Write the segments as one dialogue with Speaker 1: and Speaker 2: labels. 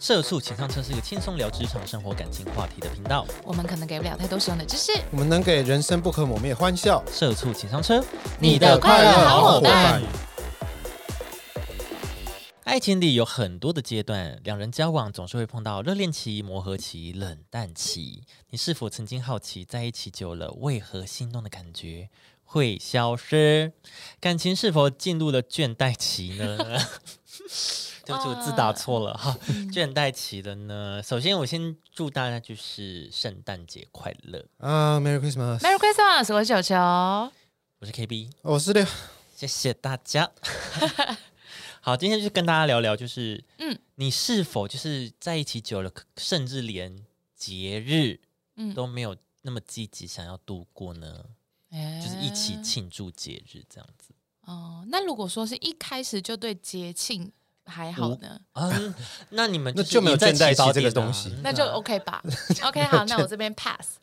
Speaker 1: 社畜情商车是一个轻松聊职场、生活、感情话题的频道。
Speaker 2: 我们可能给不了太多实用的知识。
Speaker 3: 我们能给人生不可磨灭欢笑，
Speaker 1: 社畜情商车，
Speaker 2: 你的
Speaker 1: 嗯
Speaker 2: 快乐好伙伴。
Speaker 1: 爱情里有很多的阶段，两人交往总是会碰到热恋期、磨合期、冷淡期。你是否曾经好奇，在一起久了，为何心动的感觉会消失？ 感情是否进入了倦怠期呢？ 对不起，我字打错
Speaker 2: 哦
Speaker 1: 了哈，
Speaker 2: 嗯
Speaker 1: 倦怠期了呢。首先，我先祝大家就是圣诞节快乐，
Speaker 3: 啊！Merry Christmas！
Speaker 2: Merry Christmas，我是九球。
Speaker 1: 我是 KB，
Speaker 3: 我是六，
Speaker 1: 谢谢大家。 好，今天就跟大家聊聊，就是嗯
Speaker 2: 嗯，
Speaker 1: 你是否就是在一起久了，可甚至连节日
Speaker 2: 嗯
Speaker 1: 都没有那么积极想要度过呢？
Speaker 2: 哎
Speaker 1: 就是一起庆祝节日这样子。
Speaker 2: 哦。那如果说是一开始就对节庆还好呢，
Speaker 1: 嗯， 那你们
Speaker 3: 啊 那
Speaker 1: 是
Speaker 3: 就没有
Speaker 1: 赢在
Speaker 3: 倦怠
Speaker 1: 起跑
Speaker 3: 期这个
Speaker 1: 点啊
Speaker 3: 东西
Speaker 1: 嗯
Speaker 2: 那就
Speaker 1: 啊
Speaker 2: OK 吧？OK，好，那我这边 pass。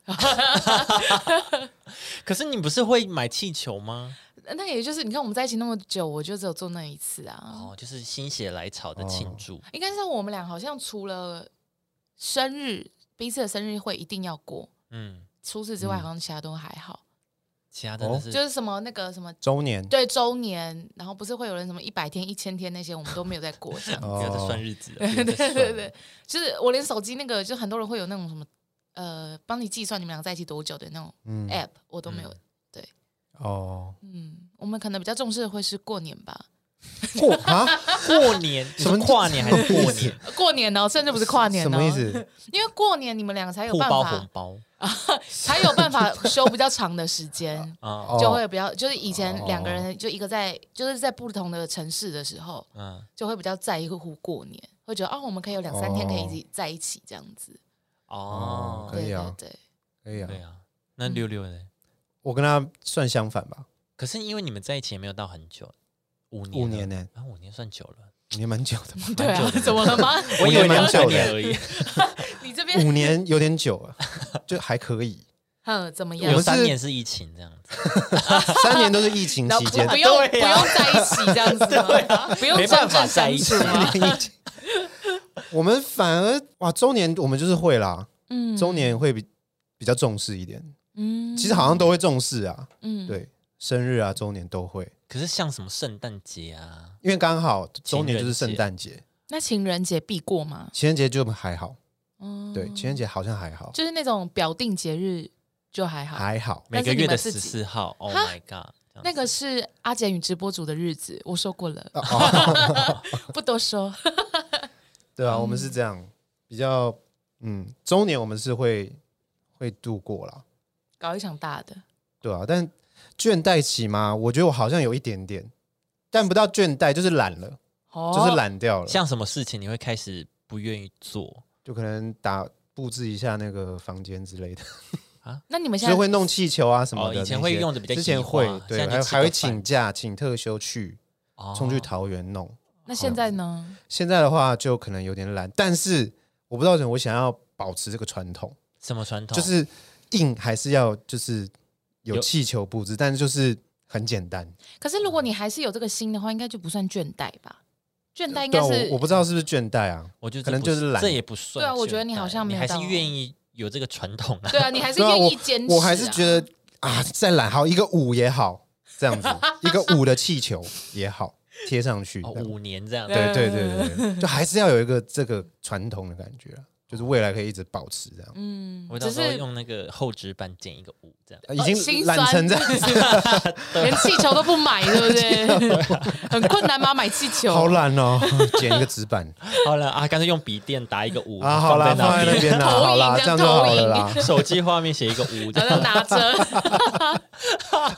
Speaker 1: 可是你不是会买气球吗？
Speaker 2: 那也就是你看我们在一起那么久，我就只有做那一次啊。
Speaker 1: 哦，就是心血来潮的庆祝。
Speaker 3: 哦
Speaker 2: 应该是我们俩好像除了生日，彼此的生日会一定要过，
Speaker 1: 嗯，
Speaker 2: 除此之外
Speaker 3: 嗯
Speaker 2: 好像其他都还好。
Speaker 1: 其他真的
Speaker 3: 哦
Speaker 1: 是、
Speaker 2: 就是什么那个什么
Speaker 3: 周年
Speaker 2: 对周年，然后不是会有人什么一百天、一千天那些，我们都没有在过这样。
Speaker 1: 不要再算
Speaker 3: 哦，
Speaker 1: 日 子了。
Speaker 2: 对
Speaker 1: 不要再
Speaker 2: 对
Speaker 1: 算
Speaker 2: 对
Speaker 1: 了
Speaker 2: 对，就是我连手机那个，就很多人会有那种什么呃，帮你计算你们俩在一起多久的那种
Speaker 3: 嗯
Speaker 2: app，、我都没有。
Speaker 3: 哦，
Speaker 2: 嗯，我们可能比较重视的会是过年吧，
Speaker 3: 过啊，
Speaker 1: 过年什
Speaker 3: 什么
Speaker 1: 么跨年还是过年
Speaker 3: 什么意思？
Speaker 2: 呃过年哦，甚至不是跨年、哦，
Speaker 3: 什么 意？思？
Speaker 2: 因为过年你们俩才有
Speaker 1: 互
Speaker 2: 哎办
Speaker 1: 包红
Speaker 2: 法，
Speaker 1: 包
Speaker 2: 才有办法休比较长的时间，
Speaker 1: 啊，
Speaker 3: 哦
Speaker 2: 就会比较就是以前两个人就一个在就是在不同的城市的时候，
Speaker 1: 嗯，
Speaker 2: 就会比较在乎过年，会觉得哦，我们可以有两三天可以一
Speaker 3: 哦
Speaker 2: 起在一起这样子。
Speaker 1: 哦，
Speaker 3: 可以啊
Speaker 2: 对对对，
Speaker 3: 可以啊，
Speaker 1: 对啊，那六六呢？
Speaker 3: 我跟他算相反吧，
Speaker 1: 可是因为你们在一起也没有到很久，五年，
Speaker 3: 五年，呢，
Speaker 1: 啊，五年算久了，
Speaker 3: 五年蛮久的 吧，
Speaker 2: 对啊
Speaker 1: 久的，
Speaker 2: 怎么了 吗？
Speaker 1: 我
Speaker 3: 五
Speaker 1: 以为
Speaker 3: 年蛮
Speaker 1: 两三
Speaker 3: 久的
Speaker 1: 年而已，
Speaker 2: 你这边
Speaker 3: 五年有点久了，就还可以，
Speaker 2: 哼怎么
Speaker 3: 我
Speaker 2: 样
Speaker 1: 有
Speaker 3: 们？是
Speaker 1: 三年是疫情这样子，
Speaker 3: 三年都是疫情期 间
Speaker 2: 不，用、不
Speaker 1: 对
Speaker 2: 用
Speaker 1: 啊
Speaker 2: 在一起这样 子吗？不用
Speaker 1: 没
Speaker 2: 真
Speaker 1: 办
Speaker 2: 正
Speaker 1: 法在
Speaker 2: 相
Speaker 1: 一
Speaker 2: 处
Speaker 1: 起
Speaker 2: 吗？
Speaker 3: 我们反而哇，周年我们就是会啦，
Speaker 2: 嗯
Speaker 3: 周年会比比较重视一点，
Speaker 2: 嗯
Speaker 3: 其实好像都会重视啊，
Speaker 2: 嗯，
Speaker 3: 对，生日啊、周年都会，
Speaker 1: 可是像什么圣诞节啊，
Speaker 3: 因为刚好周
Speaker 1: 情
Speaker 3: 年
Speaker 1: 人
Speaker 3: 就是圣
Speaker 1: 节
Speaker 3: 诞节，
Speaker 2: 那情人节必过吗？
Speaker 3: 情人节就还好，
Speaker 2: 哦
Speaker 3: 对，情人节好像还好，
Speaker 2: 就是那种表定节日就还好。
Speaker 3: 还好，
Speaker 1: 每
Speaker 2: 但是
Speaker 1: 个月
Speaker 2: 你
Speaker 1: 的
Speaker 2: 们自
Speaker 1: 十
Speaker 2: 己
Speaker 1: 四号，Oh
Speaker 2: 哈
Speaker 1: my god，这样
Speaker 2: 那
Speaker 1: 子
Speaker 2: 个是阿简与直播主的日子，我说过了，
Speaker 3: 哦
Speaker 2: 不多说。
Speaker 3: 对啊，我
Speaker 1: 嗯
Speaker 3: 们是这样，比较嗯，周年我们是会会度过啦，
Speaker 2: 搞一场大的，
Speaker 3: 对啊，但倦怠期嘛，我觉得我好像有一点点，但不到倦怠，就是懒了，
Speaker 2: 哦
Speaker 3: 就是懒掉了，
Speaker 1: 像什么事情你会开始不愿意做
Speaker 3: 就可能打布置一下那个房间之类的，
Speaker 2: 那你们现
Speaker 3: 就是
Speaker 2: 在
Speaker 3: 会弄气球啊什么
Speaker 1: 哦，
Speaker 3: 的
Speaker 1: 以
Speaker 3: 那些，
Speaker 1: 前会用的比较
Speaker 3: 之前
Speaker 1: 计划
Speaker 3: 会
Speaker 1: 现在
Speaker 3: 对，
Speaker 1: 就
Speaker 3: 还有
Speaker 1: 吃
Speaker 3: 还
Speaker 1: 个饭
Speaker 3: 会请假，请特休去
Speaker 1: 哦
Speaker 3: 冲去桃园弄。
Speaker 2: 那现在呢？
Speaker 3: 现在的话就可能有点懒，但是我不知道为什么我想要保持这个传统，
Speaker 1: 什么传统？
Speaker 3: 就是硬还是要就是有
Speaker 1: 有
Speaker 3: 气球布置，但是就是很简单。
Speaker 2: 可是如果你还是有这个心的话，应该就不算倦怠吧？倦怠应
Speaker 3: 对
Speaker 2: 该
Speaker 3: 啊，
Speaker 2: 是
Speaker 3: 我我不知道是不是倦怠啊？
Speaker 1: 我觉得这
Speaker 3: 可能
Speaker 1: 不
Speaker 3: 就是懒
Speaker 1: 这也不算倦怠。
Speaker 2: 对啊我觉得你好像没
Speaker 1: 你
Speaker 2: 有
Speaker 1: 还是
Speaker 2: 到
Speaker 1: 愿意有这个传统啊。
Speaker 2: 对啊，你还是
Speaker 3: 对啊
Speaker 2: 愿
Speaker 3: 我
Speaker 2: 意坚持、
Speaker 3: 我还是觉，得啊，再懒好一个五也好，这样子一个五的气球也好贴上去。
Speaker 1: 哦，
Speaker 3: 这样
Speaker 1: 五年这样，
Speaker 3: 对对对对对，就还是要有一个这个传统的感觉啊，就是未来可以一直保持这样。
Speaker 2: 嗯
Speaker 1: 我，到
Speaker 2: 只
Speaker 1: 时候
Speaker 2: 是
Speaker 1: 用那个厚纸板剪一个五这样。
Speaker 3: 已
Speaker 2: 哦心
Speaker 3: 经
Speaker 2: 酸
Speaker 3: 懒成这样，
Speaker 2: 连气球都不买，对不对？很困难吗？买气球？
Speaker 3: 好懒哦， 剪一个纸板。
Speaker 1: 好了啊，干脆用笔电打一个五
Speaker 3: 啊，好啦，
Speaker 1: 放
Speaker 3: 放在
Speaker 1: 在
Speaker 3: 那边啦， 啊
Speaker 2: 投影
Speaker 3: 好啦，
Speaker 2: 这
Speaker 3: 这
Speaker 2: 样
Speaker 3: 样就好
Speaker 2: 投影
Speaker 3: 了啦。
Speaker 1: 边， 手机画面写一个五，这
Speaker 2: 然
Speaker 1: 样
Speaker 2: 后拿着，
Speaker 3: 啊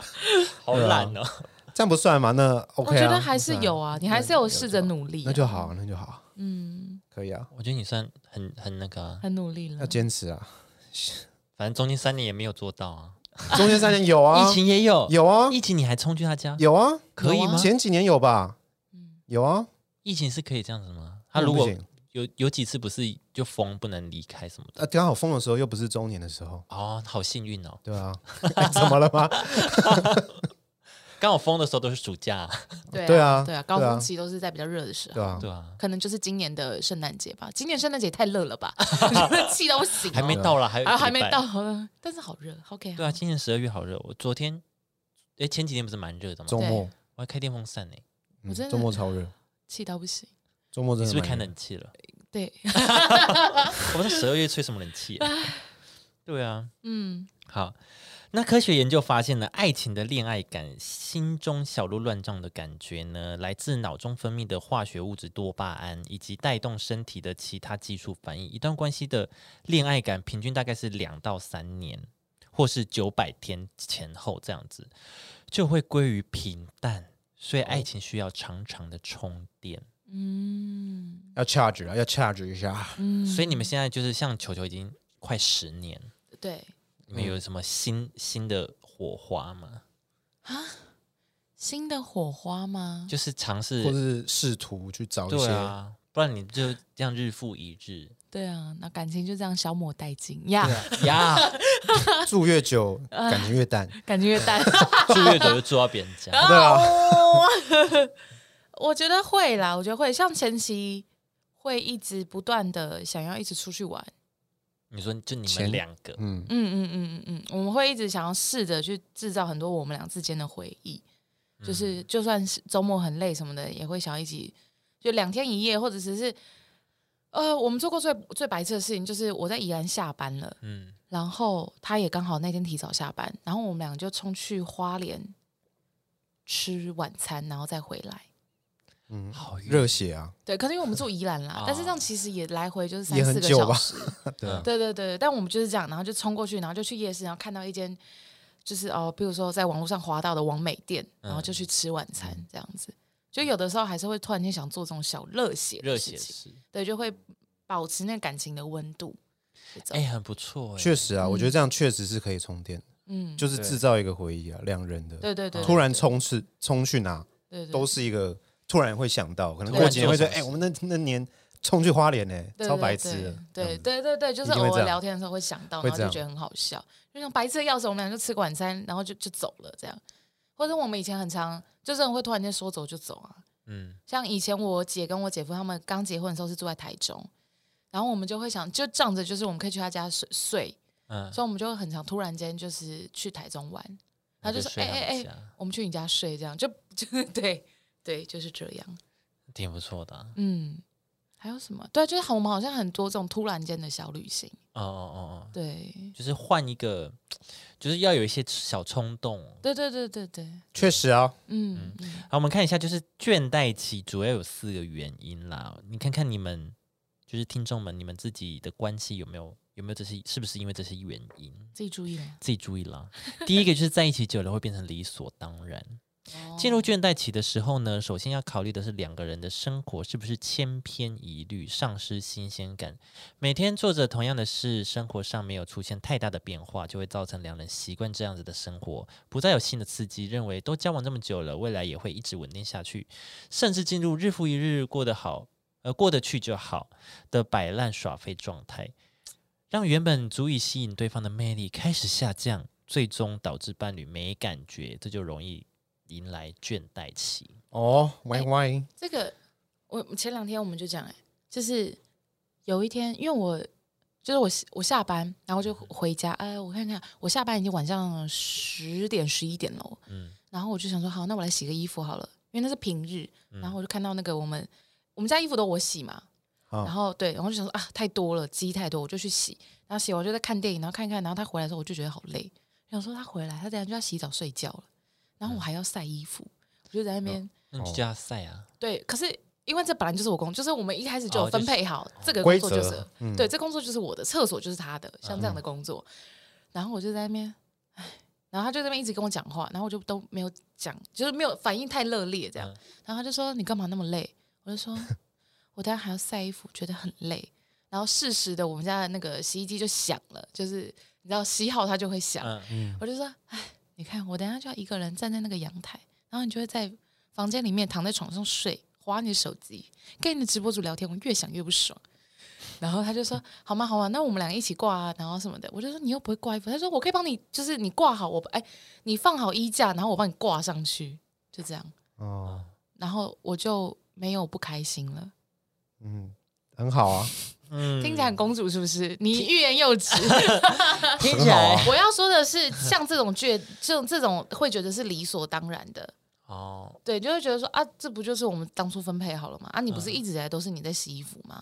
Speaker 1: 好懒哦。
Speaker 3: 这样不算嘛？那 OK
Speaker 2: 我
Speaker 3: 啊，嗯
Speaker 2: 觉得还是有啊，你还是有试着努力、啊
Speaker 3: 那就，好，那就好，
Speaker 2: 嗯，
Speaker 3: 可以啊，
Speaker 1: 我觉得你算很很那个啊，
Speaker 2: 很努力了
Speaker 3: 要。坚持啊。
Speaker 1: 反正中间三年也没有做到啊。
Speaker 3: 中间三年有 啊
Speaker 1: 疫，情也有，
Speaker 3: 有啊，
Speaker 1: 疫情你还冲去他家，
Speaker 3: 有啊，
Speaker 1: 可以
Speaker 2: 有啊
Speaker 1: 吗？
Speaker 3: 前几年有吧？
Speaker 2: 嗯
Speaker 3: 有啊，
Speaker 1: 疫情是可以这样子吗？他如果
Speaker 3: 嗯不行
Speaker 1: 有有几次不是就封不能离开什么的
Speaker 3: 呃刚好封的时候又不是周年的时候，啊
Speaker 1: 哦，好幸运哦。
Speaker 3: 对啊，怎么了吗？
Speaker 1: 刚好封的时候都是暑假，
Speaker 2: 对
Speaker 3: 对
Speaker 2: 啊
Speaker 3: 啊，
Speaker 2: 对啊，
Speaker 3: 对
Speaker 2: 高
Speaker 3: 啊
Speaker 2: 峰期都是在比较热的时候
Speaker 3: 对。啊，
Speaker 1: 对啊，
Speaker 2: 可能就是今年的圣诞节吧，今年圣诞节也太热了 吧，就是气到不行哦、
Speaker 1: 还没到了，还有一
Speaker 2: 啊，
Speaker 1: 个
Speaker 2: 还
Speaker 1: 礼
Speaker 2: 没
Speaker 1: 拜
Speaker 2: 到，但是好热，OK，
Speaker 1: 对啊，今年十二月好热，我昨天，哎，前几天不是蛮热的吗？
Speaker 3: 周末，
Speaker 1: 我还开电风扇呢，
Speaker 2: 我
Speaker 3: 嗯
Speaker 2: 真的
Speaker 3: 周末超热，
Speaker 2: 气到不行。
Speaker 3: 周末真
Speaker 1: 你
Speaker 3: 的
Speaker 1: 是不是
Speaker 3: 蛮
Speaker 1: 开
Speaker 3: 热
Speaker 1: 冷气了？
Speaker 2: 对，
Speaker 1: 我们十二月吹什么冷气、啊？对啊，
Speaker 2: 嗯，
Speaker 1: 好。那科学研究发现呢，爱情的恋爱感、心中小鹿乱撞的感觉呢，来自脑中分泌的化学物质多巴胺，以及带动身体的其他激素反应。一段关系的恋爱感平均大概是两到三年，或是九百天前后这样子，就会归于平淡。所以爱情需要长长的充电。
Speaker 2: 嗯，
Speaker 3: 要 charge 了，要 charge 一下，
Speaker 2: 嗯，
Speaker 1: 所以你们现在就是像球球已经快十年，
Speaker 2: 对
Speaker 1: 你们有什么新新的火花吗？
Speaker 2: 新的火花吗？
Speaker 1: 就是尝试
Speaker 3: 或，是试图去找一
Speaker 1: 对
Speaker 3: 些，
Speaker 1: 啊，不然你就这样日复一日
Speaker 2: 对啊，那感情就这样消磨殆尽 呀
Speaker 3: 对啊
Speaker 1: 呀，
Speaker 3: 住 越久
Speaker 2: 啊
Speaker 3: 感情越淡，
Speaker 2: 感情越淡。
Speaker 1: 住越久就住到别人家。
Speaker 3: 对啊，
Speaker 2: 我觉得会啦，我觉得会，像前期会一直不断的想要一直出去玩，
Speaker 1: 你说就你们
Speaker 3: 前
Speaker 1: 两个，
Speaker 3: 嗯
Speaker 2: 嗯嗯嗯嗯嗯，我们会一直想要试着去制造很多我们俩之间的回忆，
Speaker 1: 嗯
Speaker 2: 就是就算是周末很累什么的，也会想要一起就两天一夜，或者只是呃，我们做过最最白痴的事情就是我在宜兰下班了，
Speaker 1: 嗯，
Speaker 2: 然后他也刚好那天提早下班，然后我们俩就冲去花莲吃晚餐，然后再回来。
Speaker 3: 嗯，
Speaker 1: 好远
Speaker 3: 热血啊，
Speaker 2: 对，可能因为我们住宜兰啦，
Speaker 1: 啊
Speaker 2: 但是这样其实也来回就是三
Speaker 3: 也
Speaker 2: 四
Speaker 3: 很
Speaker 2: 个
Speaker 3: 久
Speaker 2: 小
Speaker 3: 吧
Speaker 2: 时。
Speaker 3: 对啊，
Speaker 2: 对对对，但我们就是这样，然后就冲过去，然后就去夜市，然后看到一间就是哦，比如说在网络上滑到的王美店，然
Speaker 3: 嗯
Speaker 2: 后就去吃晚餐这样子。就有的时候还是会突然间想做这种小热血的
Speaker 1: 热
Speaker 2: 事
Speaker 1: 血
Speaker 2: 情，
Speaker 1: 是，
Speaker 2: 对，就会保持那感情的温度。这种
Speaker 1: 哎、很不错、哎，
Speaker 3: 确实啊，我觉得这样确实是可以充电，
Speaker 2: 嗯，
Speaker 3: 就是制造一个回忆啊，两人的，
Speaker 2: 对对对，
Speaker 3: 突然冲刺冲去哪
Speaker 2: 对对
Speaker 3: 都是一个突然会想到，可能
Speaker 1: 突
Speaker 3: 过
Speaker 1: 然
Speaker 3: 几年会
Speaker 1: 做
Speaker 3: 说，
Speaker 1: 什么
Speaker 3: 哎，我们那那年冲去花莲呢，
Speaker 2: 对
Speaker 3: 超
Speaker 2: 对对
Speaker 3: 白痴的，这
Speaker 2: 对
Speaker 3: 样子
Speaker 2: 对对对，就是
Speaker 3: 一定会
Speaker 2: 偶
Speaker 3: 这
Speaker 2: 尔
Speaker 3: 样
Speaker 2: 聊天的时候会想到，
Speaker 3: 会
Speaker 2: 然后就
Speaker 3: 这样
Speaker 2: 觉得很好笑，就像白痴的钥匙，我们俩就吃个晚餐，然后就就走了这样。或者我们以前很常，就真的会突然间说走就走啊。
Speaker 1: 嗯，
Speaker 2: 像以前我姐跟我姐夫他们刚结婚的时候是住在台中，然后我们就会想，就仗着就是我们可以去他家睡睡，
Speaker 1: 嗯，
Speaker 2: 所以我们就会很常突然间就是去台中玩，他就
Speaker 1: 那
Speaker 2: 说
Speaker 1: 睡
Speaker 2: 哎哎
Speaker 1: 他们
Speaker 2: 哎
Speaker 1: 家
Speaker 2: 我们去你家睡，这样就 就对对，就是这样。
Speaker 1: 挺不错的啊、
Speaker 2: 嗯，还有什么？对，啊就是我们好像很多这种突然间的小旅行，
Speaker 1: 哦哦哦哦，
Speaker 2: 对。
Speaker 1: 就是换一个，就是要有一些小冲动，哦
Speaker 2: 对对对对对，
Speaker 3: 确实啊，
Speaker 2: 嗯，嗯
Speaker 1: 好，我们看一下，就是倦怠期主要有四个原因啦。你看看你们，就是听众们，你们自己的关系有没有有没有这些，是不是因为这些原因？
Speaker 2: 自己注意了。
Speaker 1: 自己注意啦。第一个就是在一起久了会变成理所当然。
Speaker 2: 哦
Speaker 1: 进入倦怠期的时候呢，首先要考虑的是两个人的生活是不是千篇一律，丧失新鲜感。每天做着同样的事，生活上没有出现太大的变化，就会造成两人习惯这样子的生活，不再有新的刺激，认为都交往这么久了，未来也会一直稳定下去，甚至进入日复一日过得好，呃过得去就好的摆烂耍废状态。让原本足以吸引对方的魅力开始下降，最终导致伴侣没感觉，这就容易迎来倦怠期。
Speaker 3: 哦，
Speaker 2: 哎
Speaker 3: 歪歪，
Speaker 2: 这个，我前两天我们就讲，哎，就是有一天，因为我就是我我下班，然后就回家，哎，我看看，我下班已经晚上十点十一点了哦，
Speaker 1: 嗯
Speaker 2: 然后我就想说，好，那我来洗个衣服好了，因为那是平日，然后我就看到那个我们我们家衣服都我洗嘛，
Speaker 3: 啊
Speaker 2: 然后对，然后就想说啊，太多了，积太多，我就去洗。然后洗完就在看电影，然后看一看，然后他回来的时候，我就觉得好累，想说他回来，他等下就要洗澡睡觉了，然后我还要晒衣服，我就在那边、
Speaker 1: 那你就叫他晒啊，
Speaker 2: 对，可是。因为这本来就是我工，就是我们一开始就
Speaker 1: 哦
Speaker 2: 有分
Speaker 1: 就是
Speaker 2: 配好，这个工
Speaker 3: 规
Speaker 2: 作就是
Speaker 3: 则，嗯
Speaker 2: 对，这工作就是我的，厕所就是他的，像这样的工作。然后我就在那边，唉，然后他就在那边一直跟我讲话，然后我就都没有讲，就是没有反应太热烈这样。
Speaker 1: 嗯
Speaker 2: 然后他就说：“你干嘛那么累？”我就说：“我等下还要晒衣服，觉得很累。”然后适时的，我们家的那个洗衣机就响了，就是你知道洗好它就会响。
Speaker 1: 嗯，
Speaker 2: 我就说：“唉，你看我等下就要一个人站在那个阳台，然后你就会在房间里面躺在床上睡，划你的手机，跟你的直播主聊天，我越想越不爽。”然后他就说：“好吗？好吗？那我们俩一起挂啊，然后什么的。”我就说：“你又不会挂衣服。”他说：“我可以帮你，就是你挂好我，哎，你放好衣架，然后我帮你挂上去，就这样。
Speaker 3: 哦，”
Speaker 2: 然后我就没有不开心了，
Speaker 3: 嗯，很好啊，
Speaker 1: 嗯
Speaker 2: 听起来很公主是不是？你欲言又止。
Speaker 1: 听
Speaker 3: 很
Speaker 1: 起
Speaker 3: 好
Speaker 1: 来
Speaker 3: 啊
Speaker 2: 我要说的是，像这种觉，这种这种会觉得是理所当然的，
Speaker 1: 哦，
Speaker 2: 对，就会觉得说啊，这不就是我们当初分配好了吗？啊，你不是一直以来都是你在洗衣服吗？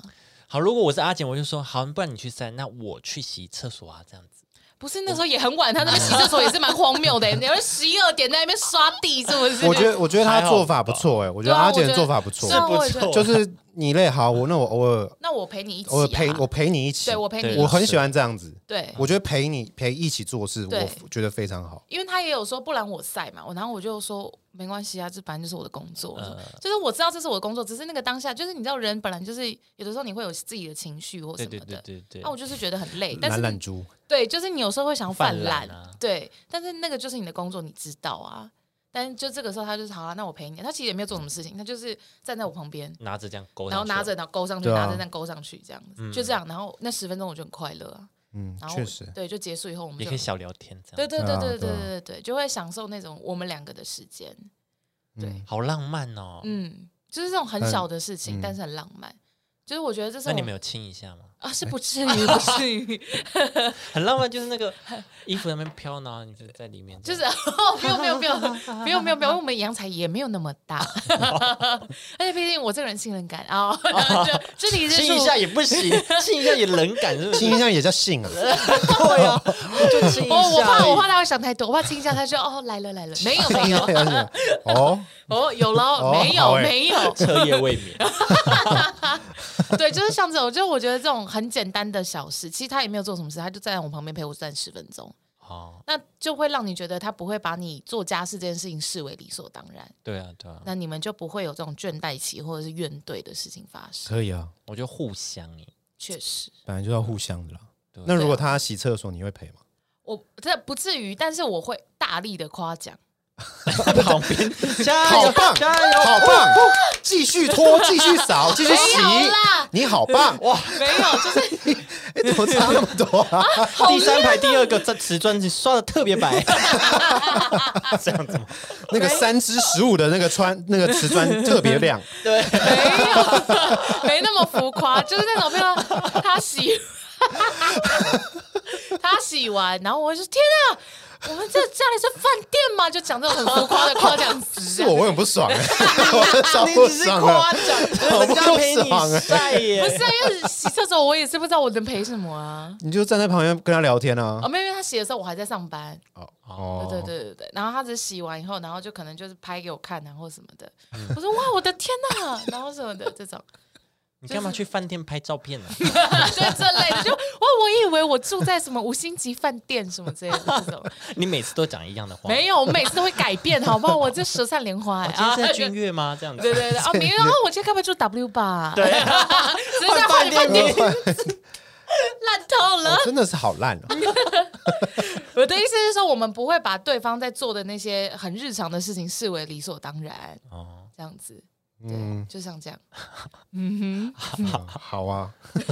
Speaker 1: 好，如果我是阿简，我就说好，不然你去删，那我去洗厕所啊，这样子。
Speaker 2: 不是那时候也很晚，他那边洗厕所也是蛮荒谬 的、你会十一二点在那边刷地，是不是？
Speaker 3: 我觉得我觉得
Speaker 1: 还
Speaker 3: 他
Speaker 1: 好
Speaker 3: 做法不
Speaker 1: 吧
Speaker 3: 错哎，我觉
Speaker 2: 对
Speaker 3: 得
Speaker 2: 啊
Speaker 3: 阿
Speaker 2: 我
Speaker 3: 简
Speaker 2: 觉
Speaker 3: 的
Speaker 2: 得
Speaker 3: 做法不错
Speaker 2: 是，啊我也觉得
Speaker 1: 错，
Speaker 3: 就是你累好，我那我偶尔
Speaker 2: 那我陪你一起、啊，
Speaker 3: 偶尔陪我陪你一起
Speaker 2: 对，我陪你一
Speaker 1: 对
Speaker 2: 起，
Speaker 3: 我很喜欢这样子，
Speaker 2: 对，
Speaker 3: 我觉得陪你陪一起做事，
Speaker 2: 对
Speaker 3: 我觉得非常好。
Speaker 2: 因为他也有说，不然我晒嘛，我然后我就说没关系啊，这本来就是我的工作，
Speaker 1: 呃
Speaker 2: 就是我知道这是我的工作，只是那个当下，就是你知道人本来就是有的时候你会有自己的情绪或什
Speaker 1: 对
Speaker 2: 么的，
Speaker 1: 对对对对
Speaker 2: 那、。我就是觉得很累，但是
Speaker 3: 懒懒猪，
Speaker 2: 对，就是你有时候会想要
Speaker 1: 犯
Speaker 2: 犯
Speaker 1: 懒
Speaker 2: 懒，
Speaker 1: 啊
Speaker 2: 对，但是那个就是你的工作，你知道啊。但就这个时候，他就是好啊，那我陪你。他其实也没有做什么事情，他就是站在我旁边，
Speaker 1: 拿着这样勾上去，嗯
Speaker 2: 然后拿着，然后勾上去，
Speaker 3: 对啊
Speaker 2: 拿着那勾上去，这样子，就这样。然后那十分钟我就很快乐啊。
Speaker 3: 嗯
Speaker 2: 然，后
Speaker 3: 确实，
Speaker 2: 对，就结束以后我们
Speaker 1: 也
Speaker 2: 就
Speaker 1: 可以小聊天，这样
Speaker 2: 对对
Speaker 3: 对
Speaker 2: 对
Speaker 3: 啊
Speaker 2: 对对
Speaker 3: 对啊
Speaker 2: 对对对，就会享受那种我们两个的时间。对
Speaker 3: 嗯
Speaker 1: 好浪漫哦。
Speaker 2: 嗯，就是这种很小的事情，
Speaker 3: 嗯
Speaker 2: 但是很浪漫。就是我觉得这是
Speaker 1: 那
Speaker 2: 我
Speaker 1: 你们有亲一下吗？
Speaker 2: 啊，是不至于，不至于，
Speaker 1: 很浪漫，就是那个衣服在那边飘，然后你就在里面这
Speaker 2: 就
Speaker 1: 样，
Speaker 2: 是哦，不用不用不用不用不用不用，因为我们阳台也没有那么大，而且毕竟我这个人信任感啊，就肢体接
Speaker 1: 亲一下
Speaker 2: 触。
Speaker 1: 也不行，亲一下也冷感，是不是？
Speaker 3: 亲一下也叫性啊，
Speaker 1: 对 啊，就亲一下
Speaker 2: 哦，
Speaker 1: 而已。
Speaker 2: 我怕我怕他会想太多，我怕亲一下他就哦来了来了， 没有没有
Speaker 3: 亲一下也叫性哦，
Speaker 2: 哦有了
Speaker 3: 哦
Speaker 2: 没有
Speaker 3: 好欸
Speaker 2: 没有，
Speaker 1: 彻夜未 眠，
Speaker 2: 对，就是像这种，就我觉得这种很简单的小事，其实他也没有做什么事，他就站在我旁边陪我站十分钟，
Speaker 1: 哦，
Speaker 2: 那就会让你觉得他不会把你做家事这件事情视为理所当然，
Speaker 1: 对啊，对啊，
Speaker 2: 那你们就不会有这种倦怠期或者是怨怼的事情发生。
Speaker 3: 可以啊，
Speaker 1: 我觉得互相欸诶，
Speaker 2: 确实，
Speaker 3: 本来就要互相的啦
Speaker 1: 对。
Speaker 3: 那如果他洗厕所，你会陪吗？
Speaker 2: 我这不至于，但是我会大力的夸奖。
Speaker 1: 旁边 加
Speaker 3: 好
Speaker 1: 油
Speaker 3: 棒，
Speaker 1: 加油，
Speaker 3: 好棒，继 续拖，继续扫，继续洗
Speaker 2: 没有啦，
Speaker 3: 你好棒哇！
Speaker 2: 没有，就是
Speaker 3: 哎怎么差那么多 啊？
Speaker 1: 第三排第二个这瓷砖你刷的特别白， 这样子吗？
Speaker 3: 那个三支十五的那个穿那个 瓷砖特别亮，
Speaker 1: 对，
Speaker 2: 没有，没那么浮夸，就是那种，比如说他洗，他洗完，然后我就说天啊，我们这家里是饭店吗？就讲这种很浮夸的夸奖词
Speaker 3: 是。我我很不 爽哎，我超不爽啊！
Speaker 1: 奖，
Speaker 3: 好
Speaker 1: 人
Speaker 3: 不
Speaker 1: 家陪
Speaker 3: 爽
Speaker 1: 你
Speaker 3: 欸
Speaker 1: 晒耶，
Speaker 2: 不是啊，因为洗厕所我也是不知道我能赔什么啊。
Speaker 3: 你就站在旁边跟他聊天啊
Speaker 2: 哦，。没有，因为他洗的时候我还在上班。
Speaker 3: 哦哦
Speaker 2: 对对对对对。然后他只洗完以后，然后就可能就是拍给我看，然后什么的。我说哇，我的天呐，然后什么的这种。
Speaker 1: 你干嘛去饭店拍照 片呢？啊
Speaker 2: 对这类的，就哇，我以为我住在什么五星级饭店什么之类的这种，
Speaker 1: 你每次都讲一样的话，
Speaker 2: 没啊有，我每次都会改变，好不好？我这舌灿莲花、
Speaker 1: 我
Speaker 2: 欸、
Speaker 1: 哦今天
Speaker 2: 啊，
Speaker 1: 是在
Speaker 2: 对
Speaker 1: 君悦吗？这样
Speaker 2: 对
Speaker 1: 子，
Speaker 2: 对啊，明天啊，我今天该不会住 W 吧？
Speaker 1: 对，
Speaker 2: 直接换饭店烂透了
Speaker 3: 哦。真的是好烂
Speaker 2: 嗯
Speaker 3: 啊！
Speaker 2: 我的意思是说，我们不会把对方在做的那些很日常的事情视为理所当然，
Speaker 1: 哦，
Speaker 2: 这样子，对，啊
Speaker 3: 嗯，
Speaker 2: 就像这样，嗯
Speaker 3: 好啊，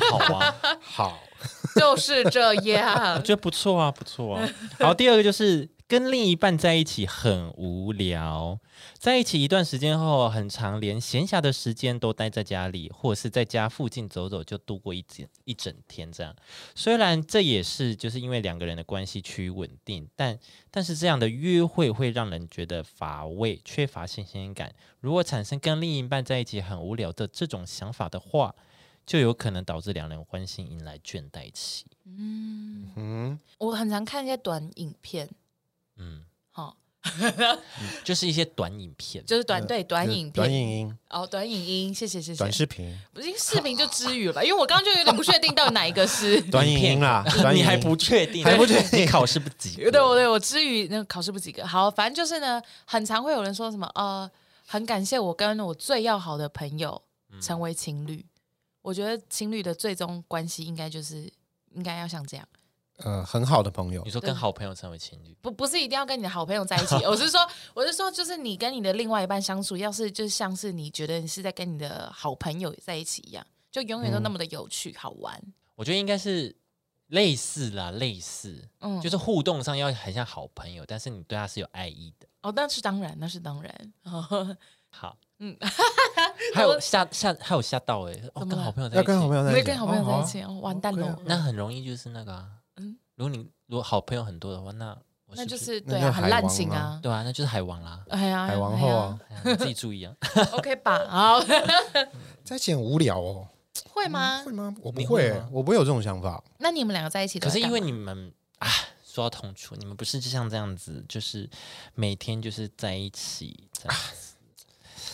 Speaker 1: 好啊，
Speaker 3: 好，
Speaker 2: 哼，就是这样
Speaker 1: 我。觉得不错啊，不错啊。好，第二个就是跟另一半在一起很无聊，在一起一段时间后，很长连闲暇的时间都待在家里，或者是在家附近走走就度过一整一整天这样。虽然这也是就是因为两个人的关系趋于稳定，但但是这样的约会会让人觉得乏味，缺乏新鲜感。如果产生跟另一半在一起很无聊的这种想法的话，就有可能导致两人关系迎来倦怠期。
Speaker 2: 嗯，
Speaker 3: 嗯，
Speaker 2: 我很常看一些短影片，
Speaker 1: 嗯。
Speaker 2: 哈、
Speaker 1: 就是一些短影片，
Speaker 2: 就是短对短影片，
Speaker 3: 呃短影音、
Speaker 2: 哦，短影音，谢谢谢谢。
Speaker 3: 短视频、
Speaker 2: 不是视频就知语了吧？因为我刚刚就有点不确定到底哪一个是。
Speaker 3: 短影音啦，短影
Speaker 1: 你
Speaker 3: 音
Speaker 1: 还不确定，
Speaker 3: 还不确定
Speaker 1: 你考试不及格。
Speaker 2: 对，我对我知语那个考试不及格。好，反正就是呢，很常会有人说什么呃，很感谢我跟我最要好的朋友成为情侣。我觉得情侣的最终关系应该就是应该要像这样，
Speaker 3: 呃很好的朋友
Speaker 1: 你，说跟好朋友成为情侣，
Speaker 2: 不不是一定要跟你的好朋友在一起。我是说，我是说，就是你跟你的另外一半相处，要是就像是你觉得你是在跟你的好朋友在一起一样，就永远都那么的有趣、好玩。
Speaker 1: 我觉得应该是类似啦，类似，
Speaker 2: 嗯，
Speaker 1: 就是互动上要很像好朋友，但是你对他是有爱意的。
Speaker 2: 哦，那是当然，那是当然。
Speaker 1: 好，
Speaker 2: 嗯，
Speaker 1: 还有吓吓，还有吓到哎、欸，哦，
Speaker 2: 怎么
Speaker 1: 跟
Speaker 2: 了
Speaker 1: 好朋友在一
Speaker 3: 要
Speaker 1: 起，
Speaker 3: 跟好朋友在一
Speaker 2: 没
Speaker 3: 起，
Speaker 2: 跟好朋友在一起，
Speaker 3: 哦
Speaker 2: 哦完蛋了
Speaker 3: OK 啊。
Speaker 1: 那很容易就是那个啊，
Speaker 2: 嗯
Speaker 1: 如果你如果好朋友很多的话，那我
Speaker 2: 那
Speaker 1: 是不
Speaker 2: 就是是对
Speaker 3: 那
Speaker 2: 啊，
Speaker 3: 就海
Speaker 2: 很滥
Speaker 3: 王
Speaker 2: 情
Speaker 3: 啊
Speaker 2: 啊。
Speaker 1: 对啊，那就是海王啦，
Speaker 2: 哎呀，
Speaker 3: 好海王后啊，
Speaker 1: 哎呀你自己注意啊，
Speaker 2: 哎呀，OK 吧？好，
Speaker 3: 在一起很无聊哦，
Speaker 2: 会吗
Speaker 3: 会？吗？我不
Speaker 1: 你
Speaker 3: 会
Speaker 1: 会吗，
Speaker 3: 我不会有这种想法。
Speaker 2: 那你们两个在一起都
Speaker 1: 可
Speaker 2: 在
Speaker 1: 是
Speaker 2: 干嘛，
Speaker 1: 因为你们啊，说到痛处，你们不是就像这样子，就是每天就是在一起，这样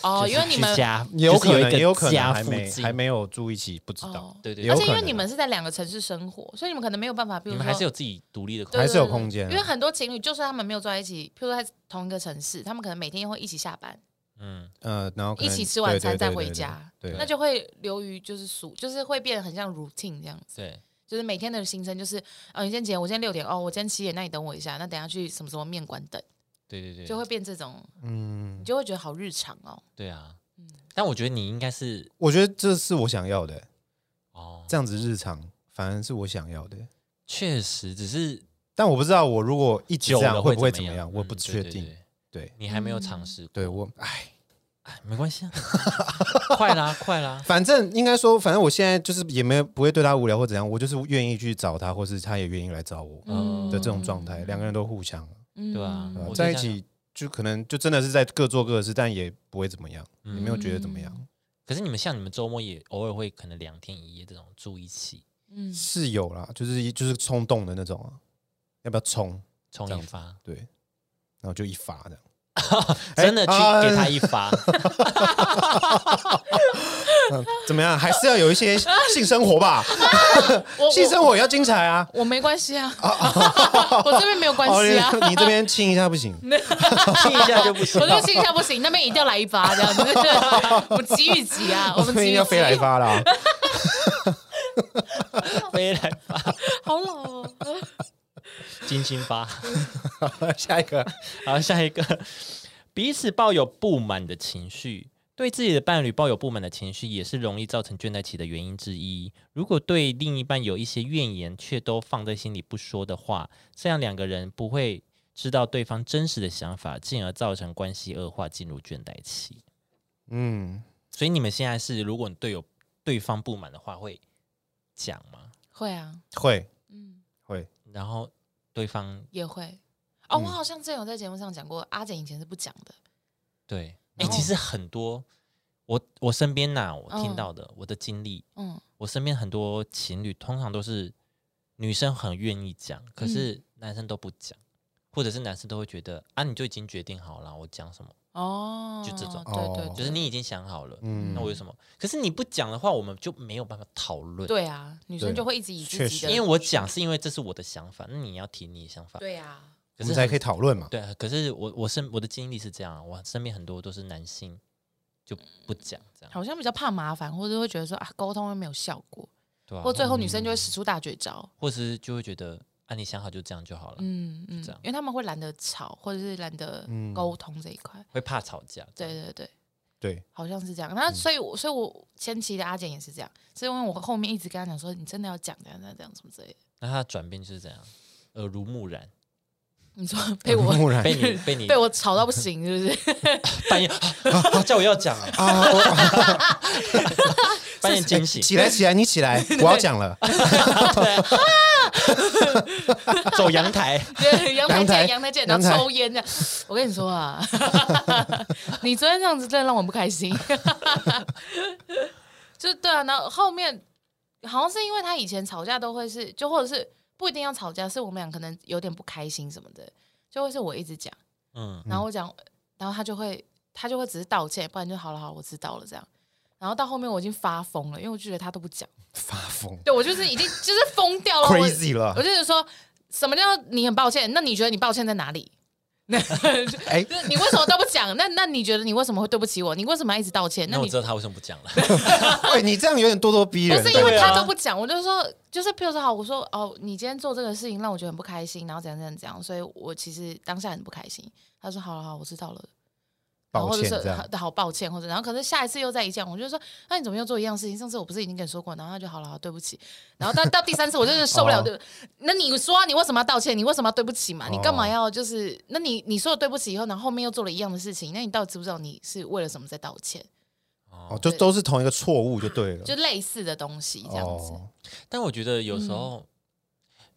Speaker 2: 哦，
Speaker 1: 就是
Speaker 2: 因为你们
Speaker 1: 去家
Speaker 3: 也有可
Speaker 1: 就是
Speaker 3: 能，
Speaker 1: 一个
Speaker 3: 也有可能
Speaker 1: 家
Speaker 3: 还
Speaker 1: 附
Speaker 3: 没
Speaker 1: 近
Speaker 3: 还没有住一起，不知道
Speaker 2: 哦，
Speaker 1: 对对
Speaker 3: 也
Speaker 1: 对
Speaker 2: 而
Speaker 3: 有
Speaker 2: 且因
Speaker 3: 可
Speaker 2: 为
Speaker 3: 能
Speaker 2: 你们是在两个城市生活，所以你们可能没有办法，比
Speaker 1: 你
Speaker 2: 如
Speaker 1: 们还是
Speaker 2: 说。
Speaker 1: 有自己独立的空
Speaker 2: 对
Speaker 1: 间。
Speaker 3: 还是有
Speaker 2: 对对
Speaker 3: 空间啊
Speaker 2: 因为很多情侣就算他们没有住在一起，譬如说在同一个城市，他们可能每天会一起下班，
Speaker 1: 嗯，
Speaker 3: 呃，然后可
Speaker 2: 一
Speaker 3: 能
Speaker 2: 起吃晚餐
Speaker 3: 对对
Speaker 2: 再
Speaker 3: 对
Speaker 2: 回
Speaker 3: 对
Speaker 2: 家，
Speaker 3: 对，
Speaker 2: 那就会流于就是俗，就是会变得很像 routine 这样子，
Speaker 1: 对，
Speaker 2: 就是每天的行程就是，哦，你今天几点？我今天六点，哦，我今天七点，那你等我一下，那等下去什么什么面馆等，
Speaker 1: 对对对，
Speaker 2: 就会变这种，
Speaker 3: 嗯
Speaker 2: 你，就会觉得好日常哦。
Speaker 1: 对啊。但我觉得你应该是
Speaker 3: 我觉得这是我想要的，
Speaker 1: 哦，
Speaker 3: 这样子日常反而是我想要的。
Speaker 1: 确实只是
Speaker 3: 但我不知道我如果一直
Speaker 1: 久
Speaker 3: 这
Speaker 1: 了
Speaker 3: 样会不会
Speaker 1: 怎
Speaker 3: 怎么样，
Speaker 1: 样，
Speaker 3: 我不
Speaker 1: 嗯
Speaker 3: 确。
Speaker 1: 对对
Speaker 3: 定。
Speaker 1: 对
Speaker 3: 对，
Speaker 1: 你还没有尝
Speaker 2: 嗯
Speaker 1: 试过，
Speaker 3: 对我，哎，
Speaker 1: 哎没关 系啊，快啦，快啦，
Speaker 3: 反正应该说，反正我现在就是也没有不会对他无聊或怎样，我就是愿意去找他，或是他也愿意来找我
Speaker 1: 嗯
Speaker 3: 的这种状态，两个人都互相
Speaker 2: 嗯
Speaker 1: 对啊
Speaker 3: 对吧
Speaker 1: 我就
Speaker 3: 在一
Speaker 1: 这样
Speaker 3: 起，就可能就真的是在各做各的事，但也不会怎么样，也没有觉得怎么
Speaker 1: 嗯
Speaker 3: 样，
Speaker 1: 可是你们像你们周末也偶尔会可能两天一夜这种住一起
Speaker 2: 嗯，
Speaker 3: 是有啦，就是一就是冲动的那种啊，要不要冲？
Speaker 1: 冲
Speaker 3: 这
Speaker 1: 一
Speaker 3: 样子
Speaker 1: 发，
Speaker 3: 对，然后就一发这样。哎
Speaker 1: 真的去
Speaker 3: 啊
Speaker 1: 给他一发，
Speaker 3: 嗯，怎么样？还是要有一些性生活 吧，
Speaker 2: 我
Speaker 3: 性
Speaker 2: 我
Speaker 3: 生活也要精彩啊！
Speaker 2: 我没关系啊， 我这边没有关系啊，
Speaker 3: 哦哦，你你这边亲一下 不行，
Speaker 1: 亲一下就不行
Speaker 2: 我。就心一下不行，那边一定要来一发这样 子，我们急与急啊，我们
Speaker 3: 这
Speaker 2: 急
Speaker 3: 边
Speaker 2: 与
Speaker 3: 要飞来
Speaker 2: 急，
Speaker 3: 发啦。
Speaker 1: 飞来发，
Speaker 2: 好老哦，
Speaker 1: 金星发。
Speaker 3: 下一个，
Speaker 1: 好，下一个，彼此抱有不满的情绪，对自己的伴侣抱有不满的情绪，也是容易造成倦怠期的原因之一。如果对另一半有一些怨言，却都放在心里不说的话，这样两个人不会知道对方真实的想法，进而造成关系恶化，进入倦怠期。
Speaker 3: 嗯，
Speaker 1: 所以你们现在是，如果你对有对方不满的话，会讲吗？
Speaker 2: 会啊，
Speaker 3: 会
Speaker 2: 嗯，
Speaker 3: 会，
Speaker 1: 然后对方
Speaker 2: 也会。哦，
Speaker 3: 嗯
Speaker 2: 我好像之前有在节目上讲过，阿简以前是不讲的，
Speaker 1: 对，哎、
Speaker 2: 然后
Speaker 1: 其实很多我我身边呐、我听
Speaker 2: 嗯
Speaker 1: 到的、我的经历，
Speaker 2: 嗯，
Speaker 1: 我身边很多情侣通常都是女生很愿意讲，可
Speaker 2: 嗯
Speaker 1: 是男生都不讲，或者是男生都会觉得啊，你就已经决定好了，我讲什么，
Speaker 2: 哦，
Speaker 1: 就这种
Speaker 2: 对对
Speaker 3: 哦
Speaker 2: 对，
Speaker 1: 就是你已经想好了，
Speaker 3: 嗯
Speaker 1: 那我有什么？可是你不讲的话，我们就没有办法讨论。，
Speaker 2: 对啊，女生
Speaker 3: 对
Speaker 2: 就会一直以自
Speaker 3: 确
Speaker 2: 己
Speaker 3: 实
Speaker 2: 的，
Speaker 1: 因为我讲是因为这是我的想法，那你要提你的想法。
Speaker 2: 对啊，
Speaker 1: 可
Speaker 3: 我
Speaker 1: 是
Speaker 3: 们才
Speaker 1: 很
Speaker 3: 可以讨论嘛。
Speaker 1: 对，可是我我身我的经历是这样啊，我身边很多都是男性就不讲这样，
Speaker 2: 好像比较怕麻烦，或者会觉得说啊，沟通又没有效果，
Speaker 1: 对啊
Speaker 2: 或最后女生就会使出大绝招，
Speaker 1: 或者是就会觉得啊，你想好就这样就好了，
Speaker 2: 嗯嗯
Speaker 1: 这样，
Speaker 2: 因为他们会懒得吵，或者是懒得
Speaker 3: 嗯
Speaker 2: 沟通这一块，
Speaker 1: 会怕吵架。这样，
Speaker 2: 对对对。
Speaker 3: 对，
Speaker 2: 好像是这样。
Speaker 1: 嗯
Speaker 2: 那所以我，所以我前期的阿简也是这样，是因为我后面一直跟他讲说，你真的要讲这样这样这样什么之类的。
Speaker 1: 那他的转变就是这样，耳濡目染。
Speaker 2: 你说 被我
Speaker 3: 木然
Speaker 1: 被 你被你
Speaker 2: 被我吵到不行，是不是？
Speaker 1: 半夜、啊啊 叫我要讲啊，
Speaker 3: 啊，我
Speaker 1: 半夜惊醒，
Speaker 3: 起来起来，你起来，我要讲了。
Speaker 1: 走阳台，
Speaker 2: 对，阳台
Speaker 3: 阳台
Speaker 2: 见，阳台见，然后
Speaker 3: 阳台
Speaker 2: 抽烟这样。我跟你说啊， 你昨天这样子真的让我不开心。 就对啊，然后后面好像是因为他以前吵架都会是，就或者是不一定要吵架，是我们俩可能有点不开心什么的，就会是我一直讲。
Speaker 1: 嗯，
Speaker 2: 然后我讲，然后他就会他就会只是道歉，不然就好了好了，我知道了这样。然后到后面我已经发疯了，因为我就觉得他都不讲，
Speaker 3: 发疯
Speaker 2: 对我就是已经就是疯掉哦了。我
Speaker 3: ，crazy 了
Speaker 2: 我。就是说什么叫你很抱歉？那你觉得你抱歉在哪里？
Speaker 3: 哎，
Speaker 2: 就是你为什么都不讲？那那你觉得你为什么会对不起我？你为什么要一直道歉？那
Speaker 1: 那我
Speaker 2: 你
Speaker 1: 知道他为什么不讲了，
Speaker 3: 喂，你这样有点咄咄逼
Speaker 2: 不
Speaker 3: 人。
Speaker 2: 是因为
Speaker 1: 对啊
Speaker 2: 他都不讲，我就说，就是比如说好，我说哦，你今天做这个事情让我觉得很不开心，然后怎样怎样怎样，所以我其实当下很不开心。他说好了好了，我知道了。然后
Speaker 3: 抱
Speaker 2: 或者
Speaker 3: 歉
Speaker 2: 是
Speaker 3: 这样
Speaker 2: 好，好抱歉，或者然后可是下一次又再一样，我就说，那、你怎么又做一样事情？上次我不是已经跟你说过，然后他就好了，好对不起。然后到到第三次，我就是受不了，
Speaker 3: 哦
Speaker 2: 对、那你说啊、你为什么要道歉？你为什么要对不起嘛？你干嘛
Speaker 3: 哦
Speaker 2: 要就是？那你你说了对不起以后，然后后面又做了一样的事情，那你到底知不知道你是为了什么在道歉？
Speaker 3: 哦，就都是同一个错误就对了，
Speaker 2: 就类似的东西这样子。
Speaker 3: 哦
Speaker 1: 但我觉得
Speaker 2: 嗯
Speaker 1: 有时候、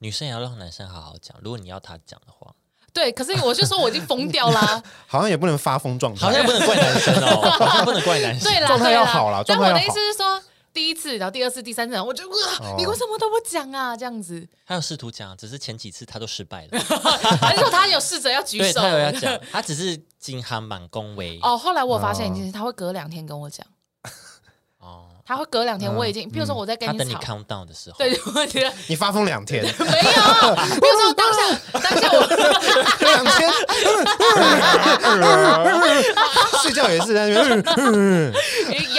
Speaker 1: 女生也要让男生好好讲，如果你要他讲的话，
Speaker 2: 对，可是我就说我已经疯掉啦、
Speaker 3: 好像也不能发疯状态，
Speaker 1: 好像不能怪男生 哦，好像不能怪男生。
Speaker 2: 对啦，
Speaker 3: 状态
Speaker 2: 对
Speaker 3: 要
Speaker 2: 啦
Speaker 3: 好啦
Speaker 2: 但
Speaker 3: 状
Speaker 2: 我
Speaker 3: 态要
Speaker 2: 的意
Speaker 3: 好
Speaker 2: 思是说，第一次，然后第二次、第三次，然后我就哇，
Speaker 3: 哦
Speaker 2: 你为什么都不讲啊？这样子，
Speaker 1: 他有试图讲，只是前几次他都失败了。
Speaker 2: 还是说他有试着要举
Speaker 1: 对
Speaker 2: 手
Speaker 1: 他？有要 讲，他只是金行满恭维
Speaker 2: 哦，后来我发现一件事，他会隔两天跟我讲，
Speaker 1: 哦，
Speaker 2: 他会隔两天，我已经，比如说我在跟
Speaker 1: 嗯他等你
Speaker 2: 吵，
Speaker 1: count down 的时候，
Speaker 2: 对，我觉得
Speaker 3: 你发疯两天，
Speaker 2: 没有，比如说当下当下我
Speaker 3: 两天，睡觉也是在那边，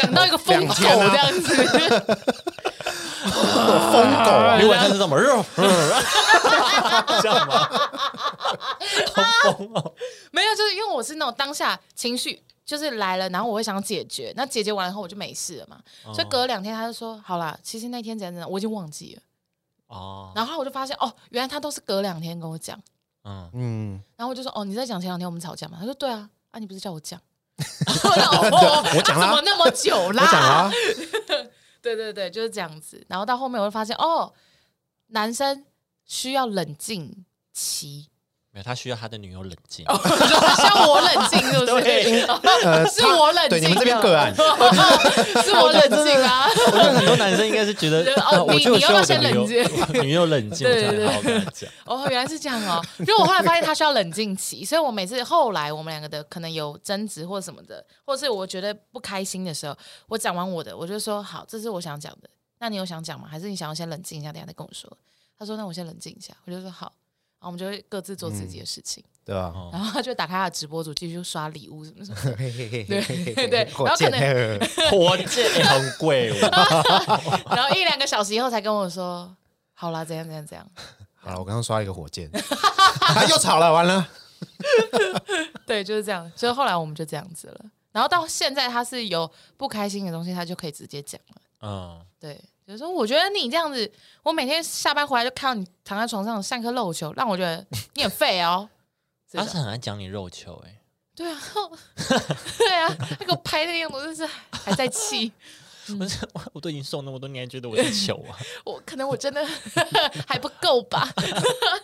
Speaker 2: 养到一个疯狗
Speaker 3: 两
Speaker 2: 这
Speaker 3: 天啊
Speaker 2: 样子，
Speaker 3: 疯狗啊
Speaker 1: 你晚上是怎么嗯肉？ 这样吗？好疯哦！
Speaker 2: 没有，就是因为我是那种当下情绪。就是来了，然后我会想解决，那解决完了后我就没事了嘛。
Speaker 1: 哦
Speaker 2: 所以隔两天他就说：“好啦，其实那天怎样怎样，我已经忘记了。”
Speaker 1: 哦，
Speaker 2: 然后我就发现哦，原来他都是隔两天跟我讲，
Speaker 1: 嗯，
Speaker 3: 嗯，
Speaker 2: 然后我就说哦，你在讲前两天我们吵架嘛？他说对啊，啊你不是叫我讲， 我
Speaker 3: 我讲啦
Speaker 2: 怎么那么久
Speaker 3: 我讲
Speaker 2: 啦？
Speaker 3: 啊，
Speaker 2: 对对对，就是这样子。然后到后面我就发现哦，男生需要冷静期，
Speaker 1: 没有，他需要他的女友冷静。
Speaker 2: 需要我冷静是不
Speaker 1: 对
Speaker 2: 是？
Speaker 3: 呃，
Speaker 2: 是我冷静啊，
Speaker 3: 对你们这边个案
Speaker 2: 是我冷静啊。，
Speaker 1: 我觉得很多男生应该是觉得
Speaker 2: 哦
Speaker 1: 啊我
Speaker 2: 你
Speaker 1: 就有
Speaker 2: 你要
Speaker 1: 需
Speaker 2: 不要
Speaker 1: 我的
Speaker 2: 先
Speaker 1: 女友
Speaker 2: 冷
Speaker 1: 女友冷静，我
Speaker 2: 对
Speaker 1: 才
Speaker 2: 对
Speaker 1: 能好好跟他讲。
Speaker 2: 哦，原来是这样哦。因为我后来发现他需要冷静期，所以我每次后来我们两个的可能有争执或什么的，或是我觉得不开心的时候，我讲完我的，我就说好，这是我想讲的。那你有想讲吗？还是你想要先冷静一下，等一下再跟我说？他说那我先冷静一下，我就说好。然后我们就会各自做自己的事情，
Speaker 3: 对吧？
Speaker 1: 哦
Speaker 2: 然后他就打开他的直播主继续刷礼物什么什么的。
Speaker 3: 嘿嘿嘿
Speaker 2: 对
Speaker 3: 嘿嘿
Speaker 2: 对对
Speaker 3: 火
Speaker 2: 然后可
Speaker 3: 箭
Speaker 2: 能
Speaker 3: 嘿嘿
Speaker 1: 火箭欸很贵哦，
Speaker 2: 然后一两个小时以后才跟我说，好啦，怎样怎样怎样。
Speaker 3: 好了，我刚刚刷了一个 火箭，啊，又吵了，完了，
Speaker 2: 对，就是这样。所以后来我们就这样子了。然后到现在他是有不开心的东西，他就可以直接讲了。
Speaker 1: 嗯，
Speaker 2: 对，就是说，我觉得你这样子，我每天下班回来就看到你躺在床上上课漏球，让我觉得你很废哦。这
Speaker 1: 他是
Speaker 2: 种
Speaker 1: 很爱讲你肉球哎。
Speaker 2: 对啊，对啊，他给我拍那个样子，我真是还在气。
Speaker 1: 我是 我我都已经瘦那么多，你还觉得我是球啊？
Speaker 2: 我可能我真的 还不够吧。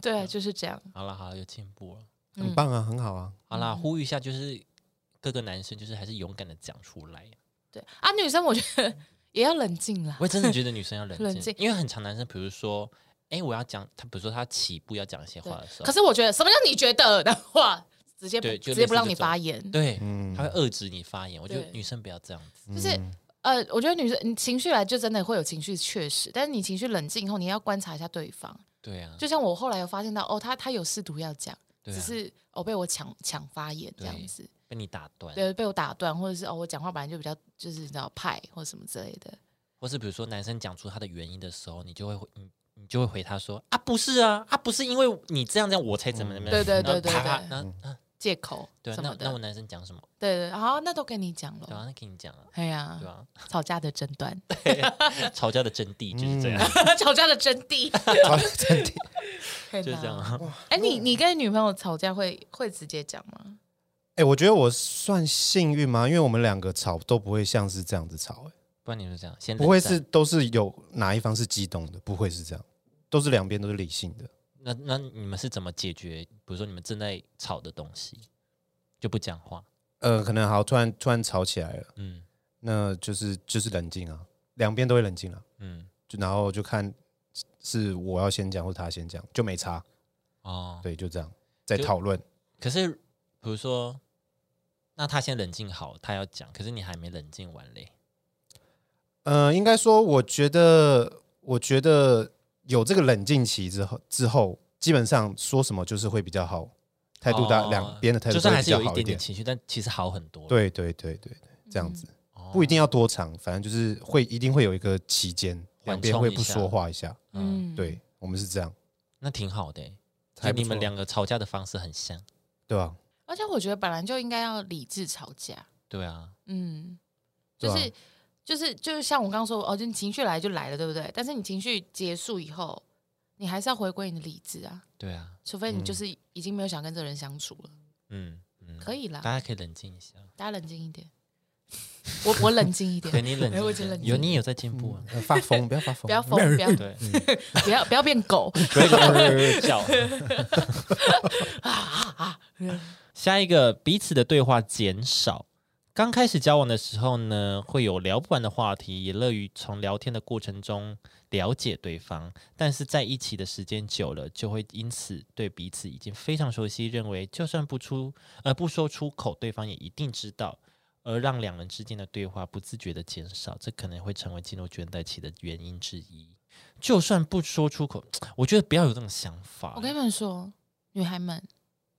Speaker 2: 对，就是这样。
Speaker 1: 好了好了，有进步了。
Speaker 2: 嗯
Speaker 3: 很棒啊，很好啊，
Speaker 1: 好啦，呼吁一下，就是各个男生，就是还是勇敢的讲出来。
Speaker 2: 对啊，女生我觉得
Speaker 1: 嗯
Speaker 2: 也要冷静啦。
Speaker 1: 我也真的觉得女生要冷静，
Speaker 2: 冷静
Speaker 1: 因为很常男生，比如说，哎，我要讲他，比如说他起步要讲一些话的时候，
Speaker 2: 可是我觉得什么叫你觉得的话，直接不
Speaker 1: 对就
Speaker 2: 直
Speaker 1: 类似
Speaker 2: 接不让你
Speaker 1: 这种
Speaker 2: 发言。
Speaker 1: 对，
Speaker 3: 嗯
Speaker 1: 他会遏制你发言。我觉得
Speaker 2: 对
Speaker 1: 女生不要这样子，
Speaker 2: 就是
Speaker 3: 嗯
Speaker 2: 呃，我觉得女生你情绪来就真的会有情绪，确实，但是你情绪冷静以后，你要观察一下对方。
Speaker 1: 对啊，
Speaker 2: 就像我后来有发现到，哦，他他有试图要讲，
Speaker 1: 对
Speaker 2: 只
Speaker 1: 啊，
Speaker 2: 是哦被我抢抢发言这样子，
Speaker 1: 被你打断，
Speaker 2: 对，被我打断，或者是哦我讲话本来就比较就是你知道派或什么之类的，
Speaker 1: 或是比如说男生讲出他的原因的时候，你就会回你你就会回他说啊，不是啊，啊不是因为你这样这样我才怎么怎么样，
Speaker 2: 对嗯对
Speaker 1: 然后
Speaker 2: 对对
Speaker 1: 啪啪
Speaker 2: 对
Speaker 1: 那
Speaker 3: 嗯
Speaker 1: 那
Speaker 2: 借口
Speaker 1: 对啊，
Speaker 2: 什么
Speaker 1: 那那我
Speaker 2: 的，
Speaker 1: 男生讲什么？
Speaker 2: 对对，好，那都给你讲
Speaker 1: 对啊，
Speaker 2: 了。
Speaker 1: 那给你讲啊，
Speaker 2: 哎呀
Speaker 1: 对，啊，
Speaker 2: 吵架的争端，
Speaker 1: 吵架的真谛就是
Speaker 3: 嗯
Speaker 1: 这样，
Speaker 2: 吵架的真谛，
Speaker 3: 好真的
Speaker 1: 就是这样
Speaker 2: 天哪。
Speaker 1: 啊。
Speaker 2: 哎，你你跟女朋友吵架会会直接讲吗？
Speaker 3: 哎，我觉得我算幸运吗？因为我们两个吵都不会像是这样子吵，哎
Speaker 1: 不然你们就这样，先
Speaker 3: 不会
Speaker 1: 冷
Speaker 3: 是
Speaker 1: 战
Speaker 3: 都是有哪一方是激动的，不会是这样，都是两边都是理性的。
Speaker 1: 那那你们是怎么解决？比如说你们正在吵的东西，就不讲话，
Speaker 3: 呃，可能好，突然突然吵起来了，
Speaker 1: 嗯
Speaker 3: 那就是就是冷静啊，两边都会冷静啊，
Speaker 1: 嗯
Speaker 3: 就然后就看是我要先讲或他先讲，就没差，
Speaker 1: 哦。
Speaker 3: 对，就这样在
Speaker 1: 就
Speaker 3: 讨论。
Speaker 1: 可是比如说，那他先冷静好，他要讲，可是你还没冷静完嘞，
Speaker 3: 呃，应该说，我觉得，我觉得有这个冷静期之后，之后基本上说什么就是会比较好，态度大、
Speaker 1: 哦
Speaker 3: 两边的态度
Speaker 1: 就
Speaker 3: 都
Speaker 1: 算
Speaker 3: 会
Speaker 1: 还
Speaker 3: 比
Speaker 1: 是
Speaker 3: 较
Speaker 1: 有一
Speaker 3: 好
Speaker 1: 点
Speaker 3: 点
Speaker 1: 点。情绪，但其实好很多。，
Speaker 3: 对对对对对，这样子、
Speaker 1: 哦
Speaker 3: 不一定要多长，反正就是会一定会有一个期间，两边
Speaker 1: 缓冲
Speaker 3: 会
Speaker 1: 一
Speaker 3: 不
Speaker 1: 下
Speaker 3: 说话一下。
Speaker 1: 嗯，
Speaker 3: 对我们是这样，
Speaker 1: 那挺好的欸。就
Speaker 3: 还不
Speaker 1: 你们
Speaker 3: 错
Speaker 1: 两个吵架的方式很像，
Speaker 3: 对吧？
Speaker 2: 而且我觉得本来就应该要理智吵架，
Speaker 1: 对啊，
Speaker 2: 嗯，
Speaker 3: 对
Speaker 2: 就
Speaker 3: 啊
Speaker 2: 是、就是就是像我刚刚说，哦，就你情绪来就来了，对不对？但是你情绪结束以后，你还是要回归你的理智啊，
Speaker 1: 对啊，
Speaker 2: 除非你
Speaker 3: 嗯
Speaker 2: 就是已经没有想跟这个人相处了，
Speaker 1: 嗯嗯，
Speaker 2: 可以啦，啊
Speaker 1: 大家可以冷静一下，
Speaker 2: 大家冷静一点， 我我冷静一点
Speaker 1: 对，你冷
Speaker 2: 哎我已
Speaker 1: 静
Speaker 2: 经
Speaker 1: 一
Speaker 2: 冷
Speaker 1: 点，
Speaker 2: 静嗯
Speaker 1: 有你也有在进步啊，
Speaker 3: 呃发疯，不要发疯，
Speaker 2: 不要疯，不要
Speaker 1: 对，
Speaker 2: 不要不要变 狗
Speaker 1: 所以笑。
Speaker 2: 啊！
Speaker 1: 下一个，彼此的对话减少。刚开始交往的时候呢，会有聊不完的话题，也乐于从聊天的过程中了解对方。但是在一起的时间久了，就会因此对彼此已经非常熟悉，认为就算不出呃不说出口，对方也一定知道，而让两人之间的对话不自觉的减少。这可能会成为进入倦怠期的原因之一。就算不说出口，我觉得不要有这种想法。
Speaker 2: 我跟你们说，女孩们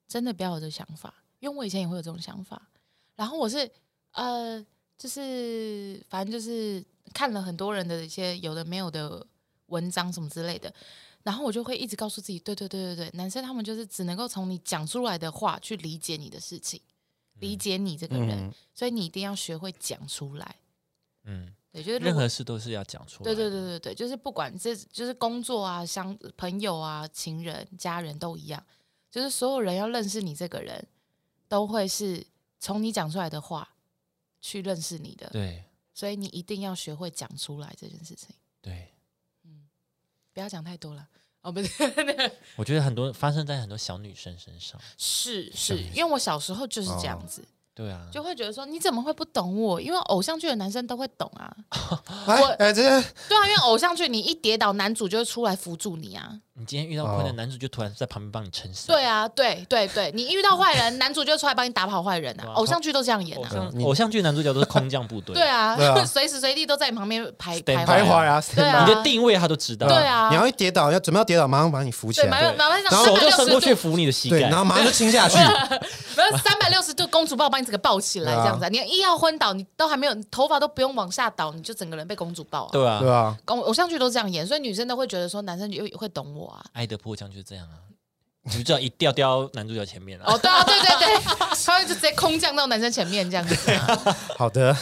Speaker 2: 真的不要有这个想法，因为我以前也会有这种想法。然后我是呃，就是反正就是看了很多人的一些有的没有的文章什么之类的，然后我就会一直告诉自己，对对对对对，男生他们就是只能够从你讲出来的话去理解你的事情，理解你这个人，
Speaker 3: 嗯
Speaker 2: 所以你一定要学会讲出来。
Speaker 1: 嗯，
Speaker 2: 对，就是如
Speaker 1: 任
Speaker 2: 果
Speaker 1: 何事都是要讲出来。
Speaker 2: 对对对对对，就是不管这就是工作啊、相朋友啊、情人、家人都一样，就是所有人要认识你这个人，都会是从你讲出来的话去认识你的，
Speaker 1: 对
Speaker 2: 所以你一定要学会讲出来这件事情，
Speaker 1: 对，
Speaker 2: 不要讲太多了。哦，不是，
Speaker 1: 我觉得很多发生在很多小女生身上。
Speaker 2: 是是，因为我小时候就是这样子，
Speaker 1: 对啊，
Speaker 2: 就会觉得说你怎么会不懂我？因为偶像剧的男生都会懂啊，
Speaker 3: 哎
Speaker 2: 我
Speaker 3: 哎，这些
Speaker 2: 对啊，因为偶像剧你一跌倒，男主就会出来扶住你啊，
Speaker 1: 你今天遇到困
Speaker 3: 哦
Speaker 1: 难，男主就突然在旁边帮你撑伞。
Speaker 2: 对啊，对对对，你遇到坏人，男主就出来帮你打跑坏人啊
Speaker 1: 哇！
Speaker 2: 偶像剧都这样演
Speaker 1: 偶
Speaker 2: 啊。
Speaker 1: 像
Speaker 3: 嗯你
Speaker 1: 偶像剧男主角都是空降部队。
Speaker 2: 对，啊
Speaker 3: 对 啊，
Speaker 2: 随时随地都在你旁边徘
Speaker 1: Stand
Speaker 2: 徘
Speaker 3: 徘徊
Speaker 2: 徊。
Speaker 3: 啊，
Speaker 2: 对啊
Speaker 1: 你的定位他都知道。
Speaker 2: 对啊
Speaker 3: 你要一跌倒，要准备要跌倒，马上把你扶起
Speaker 2: 对，马
Speaker 3: 来，
Speaker 2: 上马上
Speaker 3: 然后
Speaker 1: 手就
Speaker 2: 三
Speaker 1: 伸
Speaker 2: 百六
Speaker 1: 过去
Speaker 2: 十度，
Speaker 1: 扶你的膝
Speaker 3: 对，
Speaker 1: 盖
Speaker 3: 然。后马 上就亲下去，
Speaker 2: 然后三百六十度公主抱把你整个抱起来，
Speaker 3: 对啊
Speaker 2: 这样子啊。你一要昏倒，你都还没有，你头发都不用往下倒，你就整个人被公主抱啊。
Speaker 1: 对啊
Speaker 3: 对，吧？
Speaker 2: 偶偶像剧都这样演，所以女生都会觉得说男生就会懂我啊。
Speaker 1: 爱的迫降就是这样啊，女主角一吊吊男主角前面啊。
Speaker 2: 哦，对啊，对对对，他会就直接空降到男生前面这样子啊。
Speaker 3: 好的，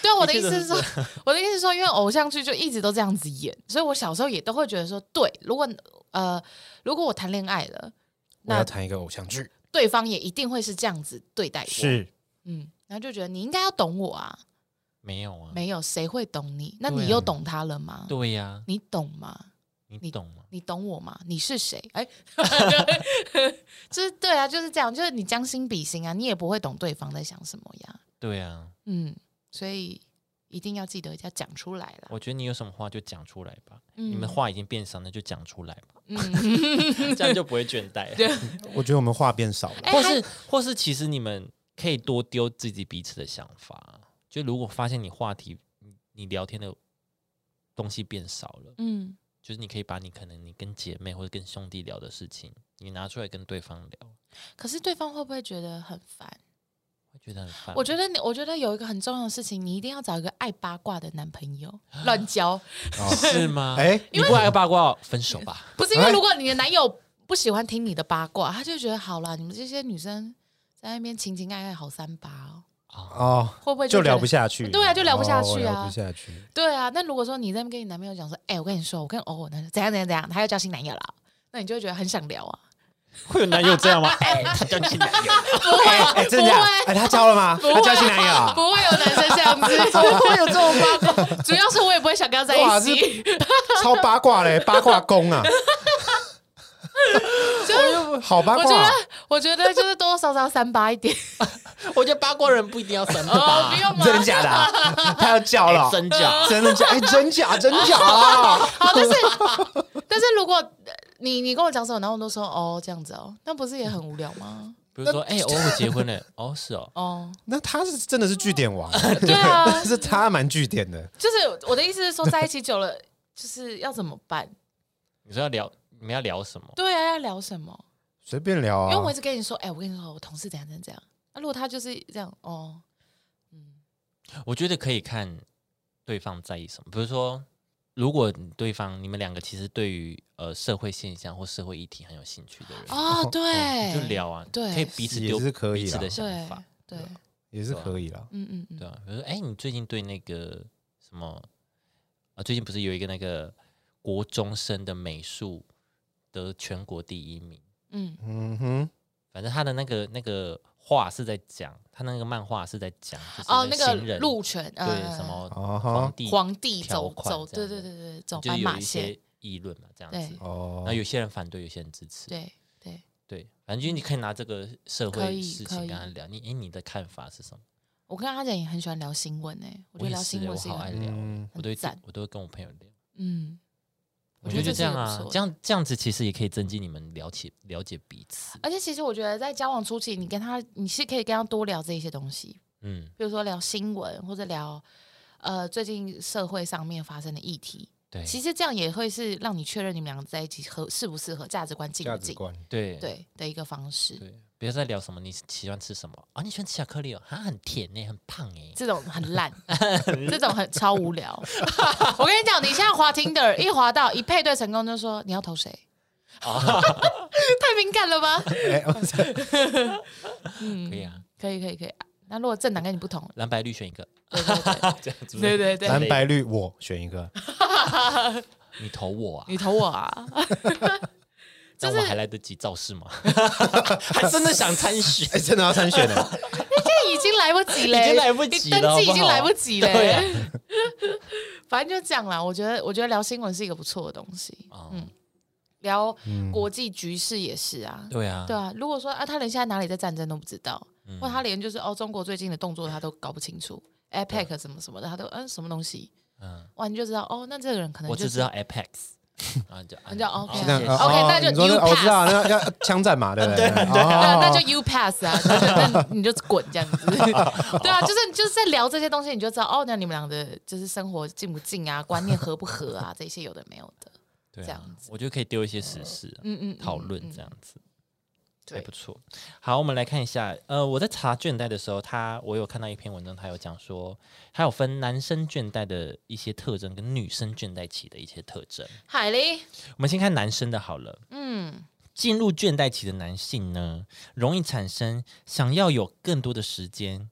Speaker 2: 对啊，我的
Speaker 1: 的
Speaker 2: 意
Speaker 1: 确
Speaker 2: 思
Speaker 1: 都
Speaker 2: 是说， 我的意思是说，因为偶像剧就一直都这样子演，所以我小时候也都会觉得说，对，如果呃，如果我谈恋爱了，
Speaker 3: 我要
Speaker 2: 那
Speaker 3: 谈一个偶像剧，
Speaker 2: 对方也一定会是这样子对待我，，嗯，然后就觉得你应该要懂我啊，
Speaker 1: 没有啊？
Speaker 2: 没有谁会懂你，那
Speaker 1: 对啊
Speaker 2: 你又懂他了吗？
Speaker 1: 对啊呀，
Speaker 2: 你懂吗？
Speaker 1: 你懂吗？
Speaker 2: 你懂我吗？你是谁？哎， 就是对啊，就是这样，就是你将心比心啊，你也不会懂对方在想什么呀，
Speaker 1: 对啊，
Speaker 2: 嗯，所以一定要记得要讲出来啦。
Speaker 1: 我觉得你有什么话就讲出来吧。
Speaker 2: 嗯
Speaker 1: 你们话已经变少，那就讲出来 吧，
Speaker 2: 嗯，
Speaker 1: 这样就不会倦怠。
Speaker 3: 我觉得我们话变少了，
Speaker 2: 哎
Speaker 1: 或
Speaker 2: 还
Speaker 1: 是或是其实你们可以多丢自己彼此的想法，就如果发现你话题你你聊天的东西变少了，
Speaker 2: 嗯，
Speaker 1: 就是你可以把你可能你跟姐妹或者跟兄弟聊的事情，你拿出来跟对方聊，
Speaker 2: 可是对方会不会觉得很烦？
Speaker 1: 会觉得很烦。
Speaker 2: 我觉得你，我觉得有一个很重要的事情，你一定要找一个爱八卦的男朋友，乱交。
Speaker 1: 得是 吗？
Speaker 3: 哎
Speaker 1: 你不爱八卦，分手吧。
Speaker 2: 不是因为
Speaker 3: 哎
Speaker 2: 如果你的男友不喜欢听你的八卦，他就觉得好啦，你们这些女生在那边情情爱爱好三八哦，
Speaker 1: 啊
Speaker 3: 哦，
Speaker 2: 会不会
Speaker 3: 就
Speaker 2: 觉得
Speaker 3: 聊不？下去，
Speaker 2: 对啊就聊不下
Speaker 3: 哦
Speaker 2: 去啊
Speaker 3: 聊不下去，
Speaker 2: 对啊，那如果说你在那边跟你男朋友讲说，哎、我跟你说，我跟偶尔男怎样怎样怎样，他要交新男友了，那你就会觉得很想聊啊。
Speaker 1: 会有男友这样 吗？哎，他叫你去哪里
Speaker 3: 哎，真的假
Speaker 2: 啊不
Speaker 3: 的
Speaker 2: 会
Speaker 3: 哎，他交了吗？他交新男友啊
Speaker 2: 不？会有男生这样子，怎么会有这种八卦？ 主要是我也不会想跟他在
Speaker 3: 哇
Speaker 2: 一
Speaker 3: 这
Speaker 2: 起。
Speaker 3: 超八卦嘞，八卦 公啊！好八
Speaker 2: 我觉得
Speaker 1: 啊
Speaker 3: 卦，，啊
Speaker 2: 我觉得就是多多少少三八一点。
Speaker 1: 我觉得八卦人不一定要 三
Speaker 2: 哦，
Speaker 1: 八
Speaker 2: 不，用吗？
Speaker 3: 真的假的啊？他要叫了，
Speaker 1: 真假？
Speaker 3: 真的假？哎，真假真假啊！
Speaker 2: 好，但是但是如果呃你你跟我讲什么，然后我都说哦这样子哦，那不是也很无聊吗？
Speaker 1: 比如说，哎，偶尔结婚了，哦，是哦，
Speaker 2: 哦，
Speaker 3: 那他是真的是据点王，
Speaker 2: 对啊，
Speaker 3: 是他蛮据点的。
Speaker 2: 就是我的意思是说，在一起久了，就是要怎么办？
Speaker 1: 你说要聊，你们要聊什么？
Speaker 2: 对啊，要聊什么？
Speaker 3: 随便聊
Speaker 1: 哦
Speaker 2: 因为我一
Speaker 3: 啊，
Speaker 2: 直跟你说，哎、我跟你说，我同事怎样怎样怎样。啊，如果他就是这样，哦，
Speaker 1: 我觉得可以看对方在意什么，比如说如果对方你们两个其实对于呃社会现象或社会议题很有兴趣的人，
Speaker 2: 哦，
Speaker 1: 嗯
Speaker 2: 对，
Speaker 1: 就聊啊，
Speaker 2: 对
Speaker 1: 可以彼此
Speaker 3: 也
Speaker 1: 丢
Speaker 3: 是可以
Speaker 1: 彼此
Speaker 3: 啦
Speaker 1: 的想
Speaker 2: 对
Speaker 1: 法，
Speaker 2: 对，
Speaker 3: 也是
Speaker 1: 对啊
Speaker 3: 可以啦。
Speaker 2: 嗯嗯嗯，
Speaker 1: 对啊，比如说，哎，你最近对那个什么啊，最近不是有一个那个国中生的美术得全国第一名，
Speaker 2: 嗯
Speaker 3: 嗯哼，
Speaker 1: 反正他的那个那个画是在讲，他那个漫画是在讲，就是
Speaker 2: 哦，那
Speaker 1: 行
Speaker 2: 个
Speaker 1: 人
Speaker 2: 路权，
Speaker 1: 对
Speaker 2: 呃
Speaker 1: 什么皇
Speaker 3: 哦哈，
Speaker 1: 帝
Speaker 2: 皇帝
Speaker 1: 条
Speaker 2: 走
Speaker 1: 款
Speaker 2: 走，
Speaker 1: 这
Speaker 2: 对
Speaker 1: 样
Speaker 2: 对
Speaker 1: 子
Speaker 2: 对对，走
Speaker 1: 就是
Speaker 2: 斑
Speaker 1: 有
Speaker 2: 马
Speaker 1: 一
Speaker 2: 线
Speaker 1: 些，议论嘛，这样
Speaker 2: 对
Speaker 1: 子。
Speaker 3: 哦
Speaker 1: 然后，有些人反对，有些人支持。
Speaker 2: 对对，
Speaker 1: 对，反正就是你可以拿这个社
Speaker 2: 可
Speaker 1: 会
Speaker 2: 以
Speaker 1: 事
Speaker 2: 可
Speaker 1: 情跟
Speaker 2: 以
Speaker 1: 他聊，你哎，你的看法是什么？
Speaker 2: 我跟阿展也很喜欢聊新闻诶、我
Speaker 1: 我
Speaker 2: 觉得
Speaker 1: 也
Speaker 2: 聊
Speaker 1: 是
Speaker 2: 新
Speaker 1: 欸
Speaker 2: 闻
Speaker 1: 我
Speaker 2: 是一个
Speaker 1: 好爱
Speaker 2: 很
Speaker 1: 聊
Speaker 3: 嗯
Speaker 1: 哦，我都会
Speaker 2: 赞
Speaker 1: 我都会跟我朋友聊。
Speaker 2: 嗯，
Speaker 1: 我
Speaker 2: 我
Speaker 1: 觉
Speaker 2: 觉
Speaker 1: 得就
Speaker 2: 得这
Speaker 1: 这
Speaker 2: 是一
Speaker 1: 样
Speaker 2: 个不
Speaker 1: 啊
Speaker 2: 错，的
Speaker 1: 这样这样子其实也可以增进你们了解了解彼此。
Speaker 2: 而且其实我觉得在交往初期，你跟他你是可以跟他多聊这些东西，
Speaker 1: 嗯，
Speaker 2: 比如说聊新闻或者聊呃最近社会上面发生的议题，
Speaker 1: 对，
Speaker 2: 其实这样也会是让你确认你们两个在一起合适不适合、价值观近
Speaker 3: 价
Speaker 2: 不
Speaker 3: 值
Speaker 2: 近
Speaker 3: 观，
Speaker 1: 对
Speaker 2: 对的一个方式。
Speaker 1: 对，不要再聊什么你喜欢吃什么啊？你喜欢吃巧克力哦，它很甜呢，很胖哎。
Speaker 2: 这种很 烂，这种很超无聊。 我跟你讲，你现在滑 Tinder 一滑到一配对成功，就说你要投谁， 太敏感了吧？
Speaker 3: 哎，我
Speaker 2: 嗯，
Speaker 1: 可以啊，
Speaker 2: 可以可以可以。啊那如果政党跟你不 同，
Speaker 1: 蓝白绿选一个，
Speaker 2: 对对对
Speaker 1: 这样子
Speaker 2: 对对
Speaker 3: 蓝
Speaker 2: 对，
Speaker 3: 白绿我选一个，
Speaker 1: 你投我啊？
Speaker 2: 你投 我啊！
Speaker 1: 那
Speaker 2: 就
Speaker 1: 我
Speaker 2: 是
Speaker 1: 还来得及造 势吗？还真的想参选，
Speaker 3: 哎，真的要参选的，
Speaker 2: 这已经来不及嘞，
Speaker 1: 已经来不及了
Speaker 2: 你登记已
Speaker 1: 好
Speaker 2: 经
Speaker 1: 不好
Speaker 2: 来不及嗯
Speaker 1: 对啊
Speaker 2: 嘞。反正就这样啦。我觉得，我觉得聊新闻是一个不错的东西，
Speaker 1: 哦，
Speaker 2: 聊国际局势也是啊。
Speaker 1: 对啊，嗯
Speaker 2: 对啊，如果说啊，他连现在哪里在战争都不知道，或他连就是哦，中国最近的动作他都搞不清楚，APEC 什么什么的，他都嗯什么东西，
Speaker 1: 啊嗯，
Speaker 2: 哇，你就知道哦，那这个人可能
Speaker 1: 我
Speaker 2: 就
Speaker 1: 只
Speaker 2: 是
Speaker 1: 知道 Apex，然后就
Speaker 2: 你就 OK
Speaker 1: 谢
Speaker 3: 那
Speaker 1: 谢
Speaker 2: 哦 OK，那就
Speaker 3: 你说
Speaker 2: you
Speaker 3: 哦我知
Speaker 2: pass
Speaker 3: 道，那要要枪战嘛，对不对？对
Speaker 2: 那
Speaker 3: 哦
Speaker 2: 那就 you pass 啊，那就那你就滚这样 子。对啊，就是就是在聊这些东西，你就知道哦，那你们俩的就是生活近不近啊，观念合不合啊，这些有的没有的。
Speaker 1: 对啊
Speaker 2: 这样子
Speaker 1: 我觉得可以丢一些时事啊
Speaker 2: 嗯嗯，嗯
Speaker 1: 讨论这。样子。哎
Speaker 3: 哎
Speaker 2: 对
Speaker 1: 还不错。好，我们来看一下。呃，我在查倦怠的时候，他我有看到一篇文章，他有讲说，他有分男生倦怠的一些特征跟女生倦怠期的一些特征。
Speaker 2: 海丽，
Speaker 1: 我们先看男生的好了。
Speaker 2: 嗯，
Speaker 1: 进入倦怠期的男性呢，容易产生想要有更多的时间，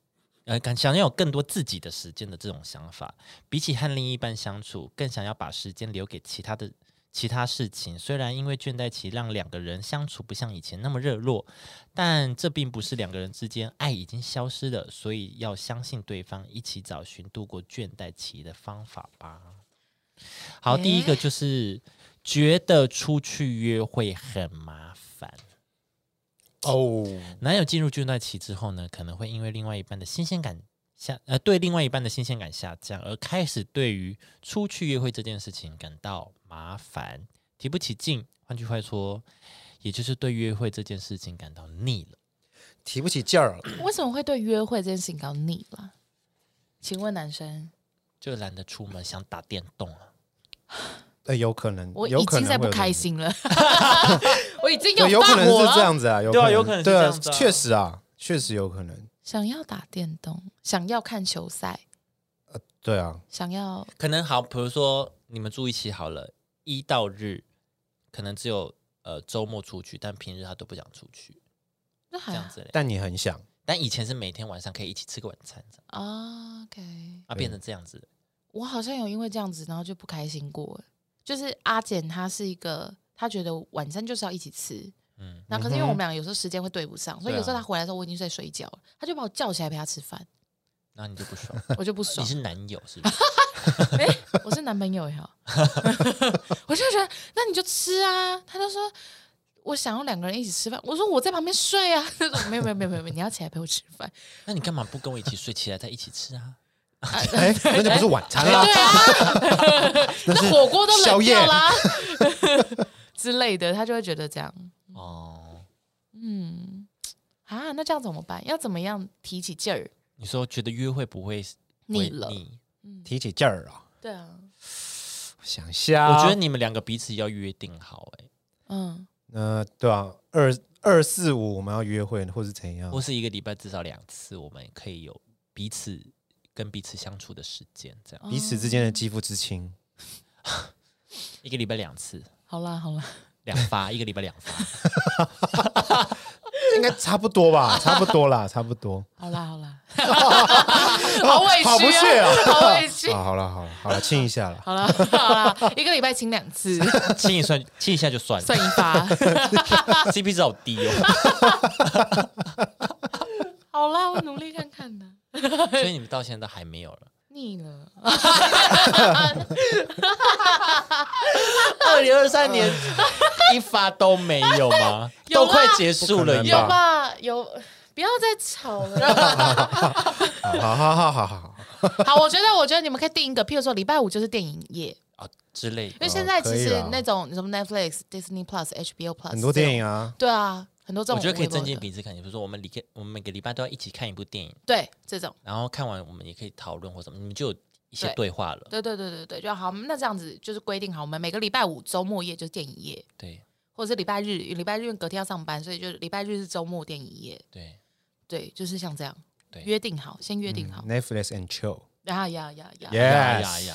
Speaker 1: 呃，感想要有更多自己的时间的这种想法。比起和另一半相处，更想要把时间留给其他的其他事情。虽然因为倦怠期让两个人相处不像以前那么热络，但这并不是两个人之间爱已经消失了，所以要相信对方，一起找寻度过倦怠期的方法吧。好，
Speaker 2: 诶
Speaker 1: 第一个就是觉得出去约会很麻烦。
Speaker 3: 哦，
Speaker 1: 男友进入倦怠期之后呢，可能会因为另外一半的新鲜感下，呃，对另外一半的新鲜感下降，而开始对于出去约会这件事情感到麻烦，提不起劲。换句话说，也就是对约会这件事情感到腻了。
Speaker 3: 提不起劲儿了，
Speaker 2: 为什么会对约会这件事情搞腻了？请问男生，
Speaker 1: 就懒得出门，想打电动啊。
Speaker 3: 呃，有可能，
Speaker 2: 我
Speaker 3: 有
Speaker 2: 已
Speaker 3: 可
Speaker 2: 经
Speaker 3: 能
Speaker 2: 在
Speaker 3: 会
Speaker 2: 不
Speaker 3: 有这
Speaker 2: 开
Speaker 3: 种，
Speaker 2: 心了， 我已经
Speaker 3: 对，有可
Speaker 2: 放
Speaker 3: 能
Speaker 2: 火
Speaker 3: 是这
Speaker 2: 了。
Speaker 3: 样子啊，有
Speaker 1: 对啊有可能是
Speaker 3: 对
Speaker 1: 这
Speaker 3: 啊
Speaker 1: 样子，啊
Speaker 3: 确实啊，确实有可能，
Speaker 2: 想要打电动，想要看球赛，
Speaker 3: 对啊，
Speaker 2: 想要
Speaker 1: 可能好，比如说你们住一起好了，一到日可能只有呃周末出去，但平日他都不想出去，
Speaker 2: 那
Speaker 1: 这
Speaker 2: 还
Speaker 1: 样子嘞。
Speaker 3: 但你很想，
Speaker 1: 但以前是每天晚上可以一起吃个晚餐，这样
Speaker 2: 啊 OK。
Speaker 1: 啊，
Speaker 3: 对
Speaker 1: 变成这样子。
Speaker 2: 我好像有因为这样子，然后就不开心过了。就是阿简，她是一个，她觉得晚餐就是要一起吃。
Speaker 1: 嗯，
Speaker 2: 那可是因为我们俩有时候时间会对不上，所以
Speaker 1: 对啊
Speaker 2: 有时候她回来的时候我已经在睡觉了，她就把我叫起来陪她吃饭，
Speaker 1: 然后你就不爽，
Speaker 2: 我就 不
Speaker 1: 你
Speaker 2: 爽。
Speaker 1: 是男友是不 是？
Speaker 2: 哎、我是男朋友也好， 我就觉得那你就吃啊。她就说我想要两个人一起吃饭，我说我在旁边睡啊。 她说没有没有没有没有，你要起来陪我吃饭。
Speaker 1: 那你干嘛不跟我一起睡，起来再一起吃啊？
Speaker 3: 哎，那就不是晚餐啦，
Speaker 2: 对啊，那火锅都冷
Speaker 3: 宵夜
Speaker 2: 掉啦 之类的，他就会觉得这样
Speaker 1: 哦，
Speaker 2: 嗯啊，那这样怎么办？要怎么样提起劲儿？
Speaker 1: 你说觉得约会不会
Speaker 2: 腻了
Speaker 1: 会腻
Speaker 3: 提起劲儿啊，
Speaker 2: 对啊，
Speaker 3: 我想一下，
Speaker 1: 我觉得你们两个彼此要约定好、欸，
Speaker 2: 嗯，
Speaker 3: 呃，对啊，二二四五我们要约会或是怎样
Speaker 1: 或，是一个礼拜至少两次，我们可以有
Speaker 2: 哦
Speaker 1: 彼此跟彼此相处的时间，这样。
Speaker 3: 彼此之间的肌肤之亲，
Speaker 1: 一个礼拜两次，
Speaker 2: 好啦好啦，
Speaker 1: 两发，一个礼拜两发。
Speaker 3: 应该差不多吧，差不多啦，差不多。
Speaker 2: 好啦好 啦，好委屈、啊，
Speaker 3: 好不屑啊
Speaker 2: 好委屈。
Speaker 3: 啊，好了好了好了，亲一下了。
Speaker 2: 好啦好啦，一个礼拜请两次，
Speaker 1: 亲一算，亲一下就算了
Speaker 2: 算一发。
Speaker 1: ，CP 值好低哦。
Speaker 2: 好啦，我努力看看的。
Speaker 1: 所以你们到现在都还没有了。
Speaker 2: 腻 了，
Speaker 1: 二零二三 年一发都没有吗？
Speaker 2: 有
Speaker 1: 都
Speaker 2: 啦
Speaker 1: 快结束了
Speaker 3: 不可
Speaker 2: 有
Speaker 3: 能
Speaker 1: 耶，
Speaker 2: 吧？有，不要再吵了。
Speaker 3: 好啊好好好好好，
Speaker 2: 好，我觉得，我觉得你们可以定一个，譬如说礼拜五就是电影夜，
Speaker 1: 啊之类
Speaker 2: 因为
Speaker 1: 的。
Speaker 2: 现在其
Speaker 3: 哦可以
Speaker 2: 实
Speaker 3: 啦
Speaker 2: 那种什么 Netflix、Disney Plus、HBO Plus
Speaker 3: 很多
Speaker 2: 这
Speaker 3: 电
Speaker 2: 种，
Speaker 3: 影啊，
Speaker 2: 对啊，很多这种
Speaker 1: 我觉得可以
Speaker 2: 微博
Speaker 1: 增进
Speaker 2: 的
Speaker 1: 彼此感情，比如说我们礼拜我们每个礼拜都要一起看一部电影，
Speaker 2: 对这种，
Speaker 1: 然后看完我们也可以讨论或什么，你们就有一些
Speaker 2: 对
Speaker 1: 对话了。
Speaker 2: 对对对对对，就好。那这样子就是规定好，我们每个礼拜五周末夜就是电影夜，
Speaker 1: 对
Speaker 2: 或者是礼拜日，礼拜日隔天要上班，所以就礼拜日是周末电影夜。
Speaker 1: 对，
Speaker 2: 对，就是像这样
Speaker 1: 对嗯
Speaker 2: 约定好，先约定好。
Speaker 3: 嗯 Netflix and chill。
Speaker 2: 呀呀呀呀呀
Speaker 3: Yeah
Speaker 1: 呀
Speaker 3: Yes
Speaker 1: 呀呀！
Speaker 2: 呀呀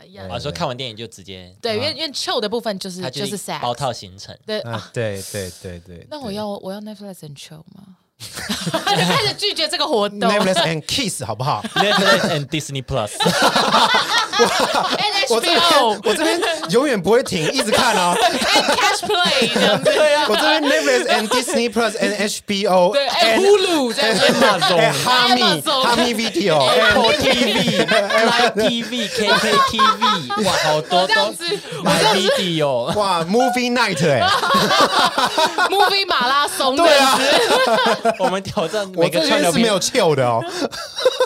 Speaker 3: 对
Speaker 2: 呀！
Speaker 1: 啊，说看完电影就直接，
Speaker 2: 对，因为因为 chill 的部分就是
Speaker 1: 它
Speaker 2: 就是
Speaker 1: 是
Speaker 2: sad。
Speaker 1: 包套行程。
Speaker 2: 对啊，
Speaker 3: 啊，对对对对。
Speaker 2: 那
Speaker 3: 对
Speaker 2: 我要我要 Netflix and chill 吗？就开始拒绝这个活动。
Speaker 3: Netflix and kiss 好不好？
Speaker 1: Netflix and Disney Plus，
Speaker 3: 我这边
Speaker 2: HBO
Speaker 3: 我这边永远不会停，一直看哦。
Speaker 2: Catch Play 这样子，
Speaker 3: 我这边 Netflix and Disney Plus and HBO
Speaker 2: 对，哎
Speaker 3: and
Speaker 2: ，Hulu 这样子，
Speaker 3: and Hami
Speaker 2: Amazon
Speaker 3: Hami Video and
Speaker 1: Apple TV、Live TV、KKTV，哇， 好多
Speaker 2: 这样
Speaker 1: 都
Speaker 2: 子
Speaker 1: 买 video。
Speaker 3: 哇 Movie Night 哎，
Speaker 2: Movie 马拉松这
Speaker 3: 对
Speaker 2: 样
Speaker 3: 啊
Speaker 2: 子。，
Speaker 1: 我们挑战
Speaker 3: 我
Speaker 1: 每
Speaker 3: 这
Speaker 1: 个串流
Speaker 3: 边是
Speaker 1: 平
Speaker 3: 没有 chill 的哦。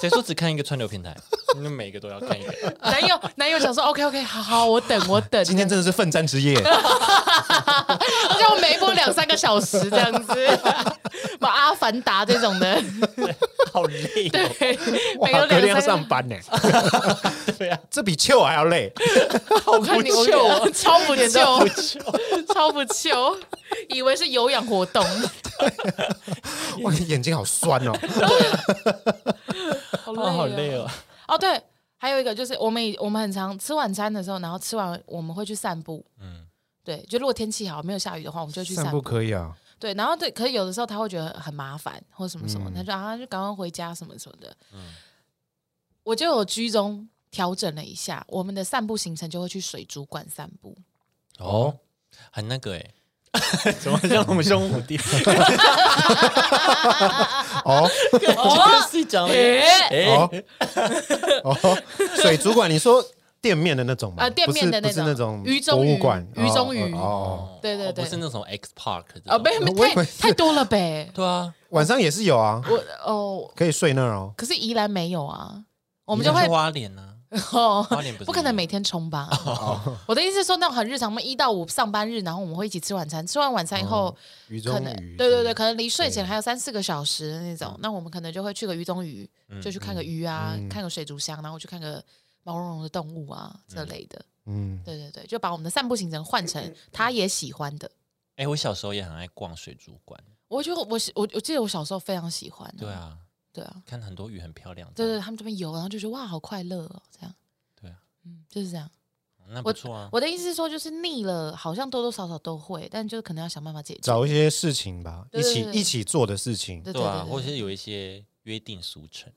Speaker 1: 谁说只看一个串流平台？ 你每个都要看一个。
Speaker 2: 男友男友想说 OK OK，好好，我等我等，
Speaker 3: 今天真的是奋战之夜，
Speaker 2: 而且我每一部两三个小时这样子，把《阿凡达》这种 的，
Speaker 1: 好累哦。
Speaker 2: 对，
Speaker 3: 哇
Speaker 2: 每个，
Speaker 3: 隔天
Speaker 2: 两
Speaker 3: 要
Speaker 2: 三
Speaker 3: 上
Speaker 2: 个，
Speaker 3: 班呢，
Speaker 1: 对啊，
Speaker 3: 这比 chill 还要累。
Speaker 2: 我看你我觉得超不
Speaker 1: 不
Speaker 3: 啊
Speaker 2: 救，
Speaker 1: 久
Speaker 2: 超不救，以为是有氧活动，
Speaker 3: 哇，你眼睛好酸 哦。
Speaker 2: 好
Speaker 1: 哦 好累哦。。
Speaker 2: 哦，对，还有一个就是我们以我们很常吃晚餐的时候，然后吃完我们会去散步。
Speaker 1: 嗯，
Speaker 2: 对，就如果天气好，没有下雨的话，我们就去散步。
Speaker 3: 可以啊，
Speaker 2: 对，然后对，可是有的时候他会觉得很麻烦或什么什么，
Speaker 1: 嗯
Speaker 2: 他就啊就赶快回家什么什么的。我就有居中调整了一下，我们的散步行程就会去水族馆散步。
Speaker 1: 哦，很那个哎， 怎么像我们胸无敌？
Speaker 2: 啊
Speaker 3: 哦
Speaker 1: 哦，是讲的耶。哎
Speaker 3: 哦，哦，水族馆，你说店面的那种吗？
Speaker 2: 啊店面的
Speaker 3: 不是不是
Speaker 2: 那
Speaker 3: 那
Speaker 2: 种
Speaker 3: 种
Speaker 2: 鱼中
Speaker 3: 博
Speaker 2: 鱼
Speaker 3: 物馆，
Speaker 2: 鱼中鱼
Speaker 3: 哦哦哦，哦
Speaker 2: 对对
Speaker 1: 哦
Speaker 2: 对
Speaker 1: 不是那种 X Park 这种
Speaker 2: 啊，没没
Speaker 3: 我以
Speaker 2: 太
Speaker 3: 为
Speaker 2: 太多了呗。
Speaker 1: 对啊，
Speaker 3: 晚上也是有啊，
Speaker 2: 我哦，
Speaker 3: 可以睡那儿哦。
Speaker 2: 可是宜兰没有啊，我
Speaker 1: 我
Speaker 2: 们就会
Speaker 1: 花脸 啊，
Speaker 2: 哦，
Speaker 1: 花脸不是哦
Speaker 2: 不可能每天冲吧？哦我的意思是说，那种很日常，我们一到五上班日，然后我们会一起吃晚餐，吃完晚餐以
Speaker 1: 哦
Speaker 2: 后，
Speaker 3: 鱼中
Speaker 2: 可能
Speaker 3: 鱼，
Speaker 2: 对对对，，可能离睡前还有三四个小时的那
Speaker 1: 嗯
Speaker 2: 种，那我们可能就会去个鱼中鱼，就去看个鱼啊，看个水族箱，然后去看个毛茸茸的动物啊这类的。
Speaker 3: 嗯，
Speaker 2: 对对对，就把我们的散步行程换
Speaker 1: 嗯
Speaker 2: 成他也喜欢的。
Speaker 1: 哎，我小时候也很爱逛水族馆。
Speaker 2: 我觉得我我我记得我小时候非常喜欢、
Speaker 1: 对，啊，
Speaker 2: 对啊，
Speaker 1: 看很多鱼很漂亮。
Speaker 2: 对对，他们这边游，然后就觉得哇，好快乐哦，这样。
Speaker 1: 对啊，
Speaker 2: 嗯，就是这样。
Speaker 1: 那不错啊。
Speaker 2: 我的意思是说，就是腻了，好像多多少少都会，但就是可能要想办法解决。
Speaker 3: 找一些事情吧，
Speaker 2: 对
Speaker 3: 一
Speaker 2: 对
Speaker 3: 起
Speaker 2: 对
Speaker 3: 一起做的事情。
Speaker 2: 对
Speaker 1: 对啊，
Speaker 2: 对
Speaker 1: 或是有一些约定俗成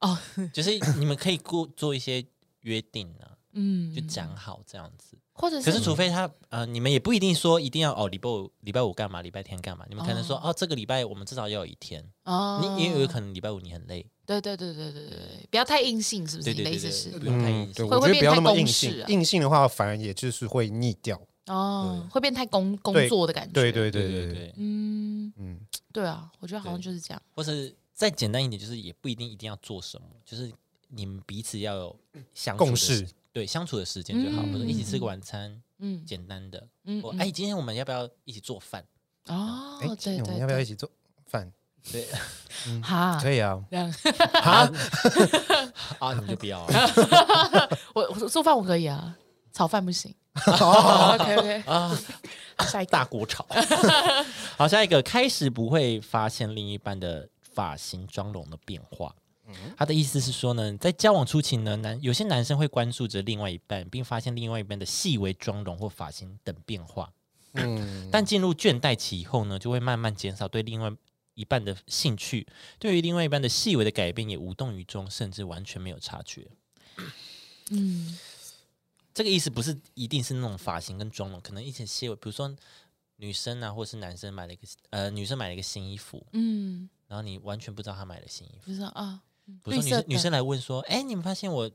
Speaker 2: 哦，
Speaker 1: 就是你们可以过做一些约定啊，
Speaker 2: 嗯，
Speaker 1: 就讲好这样子。
Speaker 2: 或者
Speaker 1: 可是
Speaker 2: 是
Speaker 1: 除非他呃，你们也不一定说一定要哦，礼拜五礼拜五干嘛，礼拜天干嘛，你们可能说哦，这个礼拜我们至少要有一天，
Speaker 2: 哦
Speaker 1: 你因为有可能礼拜五你很累，
Speaker 2: 对对对对对对对，不要太硬性，是不
Speaker 1: 对
Speaker 2: 是？你
Speaker 1: 对
Speaker 2: 的意
Speaker 1: 对
Speaker 2: 思是
Speaker 1: 对，不用太硬
Speaker 3: 对，
Speaker 1: 性。
Speaker 2: 会
Speaker 3: 嗯我觉得
Speaker 2: 变
Speaker 3: 不要
Speaker 2: 太
Speaker 3: 那么
Speaker 2: 公
Speaker 3: 硬
Speaker 2: 式
Speaker 3: 性
Speaker 2: 啊，
Speaker 3: 硬性的话反而也就是会腻掉。
Speaker 2: 哦，会变太工工
Speaker 3: 对
Speaker 2: 作的感觉。
Speaker 3: 对对
Speaker 1: 对
Speaker 3: 对对对，
Speaker 1: 对，
Speaker 2: 嗯，
Speaker 3: 嗯，
Speaker 2: 对啊，我觉得好像
Speaker 1: 对
Speaker 2: 就是这样。
Speaker 1: 或是再简单一点，就是也不一定一定要做什么，就是你们彼此要有相处的
Speaker 3: 共识，
Speaker 1: 对相处的时间就好，
Speaker 2: 嗯
Speaker 1: 或者一起吃个晚餐，
Speaker 2: 嗯
Speaker 1: 简单的。
Speaker 2: 嗯
Speaker 1: 我
Speaker 2: 嗯
Speaker 1: 哎，今天我们要不要一起做饭？
Speaker 2: 哦
Speaker 3: 哎，，
Speaker 2: 对
Speaker 3: 今天我们
Speaker 2: 对，
Speaker 3: 要不要
Speaker 2: 对
Speaker 3: 一起做饭？
Speaker 1: 对
Speaker 2: 哈？
Speaker 3: 可以啊，
Speaker 2: 这样，
Speaker 3: 哈，
Speaker 1: 啊，你们就不要啊。
Speaker 2: 我我做饭我可以啊，炒饭不 行。OK OK，
Speaker 1: 啊，下一大锅炒。 好，下一个开始不会发现另一半的发型妆容的变化。他的意思是说呢，在交往初期呢，男有些男生会关注着另外一半，并发现另外一半的细微妆容或发型等变化。
Speaker 3: 嗯，
Speaker 1: 但进入倦怠期以后呢，就会慢慢减少对另外一半的兴趣，对于另外一半的细微的改变也无动于衷，甚至完全没有察觉。
Speaker 2: 嗯，
Speaker 1: 这个意思不是一定是那种发型跟妆容，可能一些细微，比如说女生啊，或是男生买了一个呃，女生买了一个新衣服，
Speaker 2: 嗯，
Speaker 1: 然后你完全不知道她买了新衣服。
Speaker 2: 就是啊，
Speaker 1: 比如说
Speaker 2: 绿
Speaker 1: 女
Speaker 2: 色
Speaker 1: 生
Speaker 2: 的
Speaker 1: 女生来问说，哎，你们发现我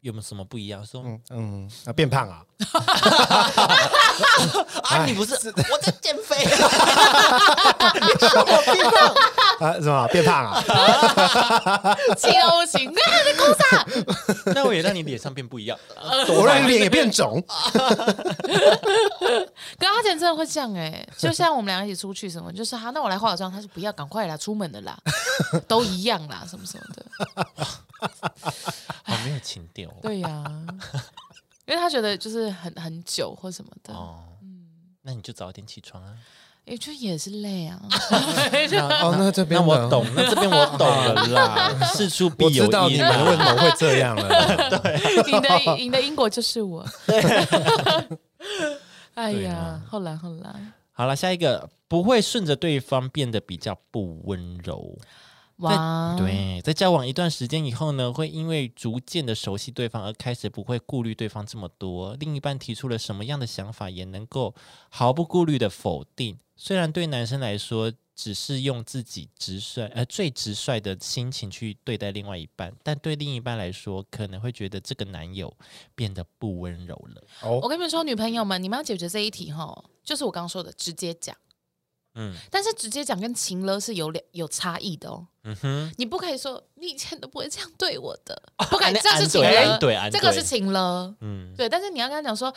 Speaker 1: 有没有什么不一样？说、
Speaker 3: 嗯嗯，啊，变胖啊，
Speaker 1: 啊，你不是我在减肥。
Speaker 3: 啊，什么变胖啊？
Speaker 2: 气到不 行，那你公啥？
Speaker 1: 那我也让你脸上变不一样，
Speaker 3: 我让你脸也变 肿，
Speaker 2: 跟阿简真的会这样哎、就像我们俩一起出去什么，就是哈，那我来化个妆，他说不要，赶快啦，出门了啦，都一样啦，什么什么的。
Speaker 1: 好没有情调哦。
Speaker 2: 对呀、因为他觉得就是很很久或什么的，
Speaker 1: 哦，
Speaker 2: 嗯
Speaker 1: 那你就早点起床啊。
Speaker 2: 也、就也是 累啊。
Speaker 3: 哦，那这边
Speaker 1: 那我
Speaker 3: 呢，
Speaker 1: 懂，那这边我懂 了啦，事出必
Speaker 3: 我
Speaker 1: 有
Speaker 3: 知道
Speaker 1: 因啊
Speaker 3: 你们为
Speaker 1: 嘛。
Speaker 3: 什么会这 样了。
Speaker 2: 你的你的因果就是我。哎
Speaker 1: 对啊
Speaker 2: 呀
Speaker 1: 嘛，
Speaker 2: 后来后来，
Speaker 1: 好了，下一个不会顺着对方变得比较不温柔。
Speaker 2: 哇，，
Speaker 1: 对，在交往一段时间以后呢，会因为逐渐的熟悉对方而开始不会顾虑对方这么多，另一半提出了什么样的想法也能够毫不顾虑的否定。虽然对男生来说，只是用自己直率呃最直率的心情去对待另外一半，但对另一半来说，可能会觉得这个男友变得不温柔了。
Speaker 3: 哦
Speaker 2: 我，跟你们说，女朋友们，你们要解决这一题哈，就是我刚刚说的，直接讲。
Speaker 1: 嗯
Speaker 2: 但是直接讲跟情了是有两有差异的哦，
Speaker 1: 嗯哼，
Speaker 2: 你不可以说你以前都不会这样对我的，不可
Speaker 1: 啊
Speaker 2: 以，
Speaker 1: 安
Speaker 2: 这是情
Speaker 1: 安对
Speaker 2: 了，
Speaker 1: 安对安
Speaker 2: 这
Speaker 1: 对
Speaker 2: 个是情了。
Speaker 1: 嗯
Speaker 2: 对，但是你要跟他讲说，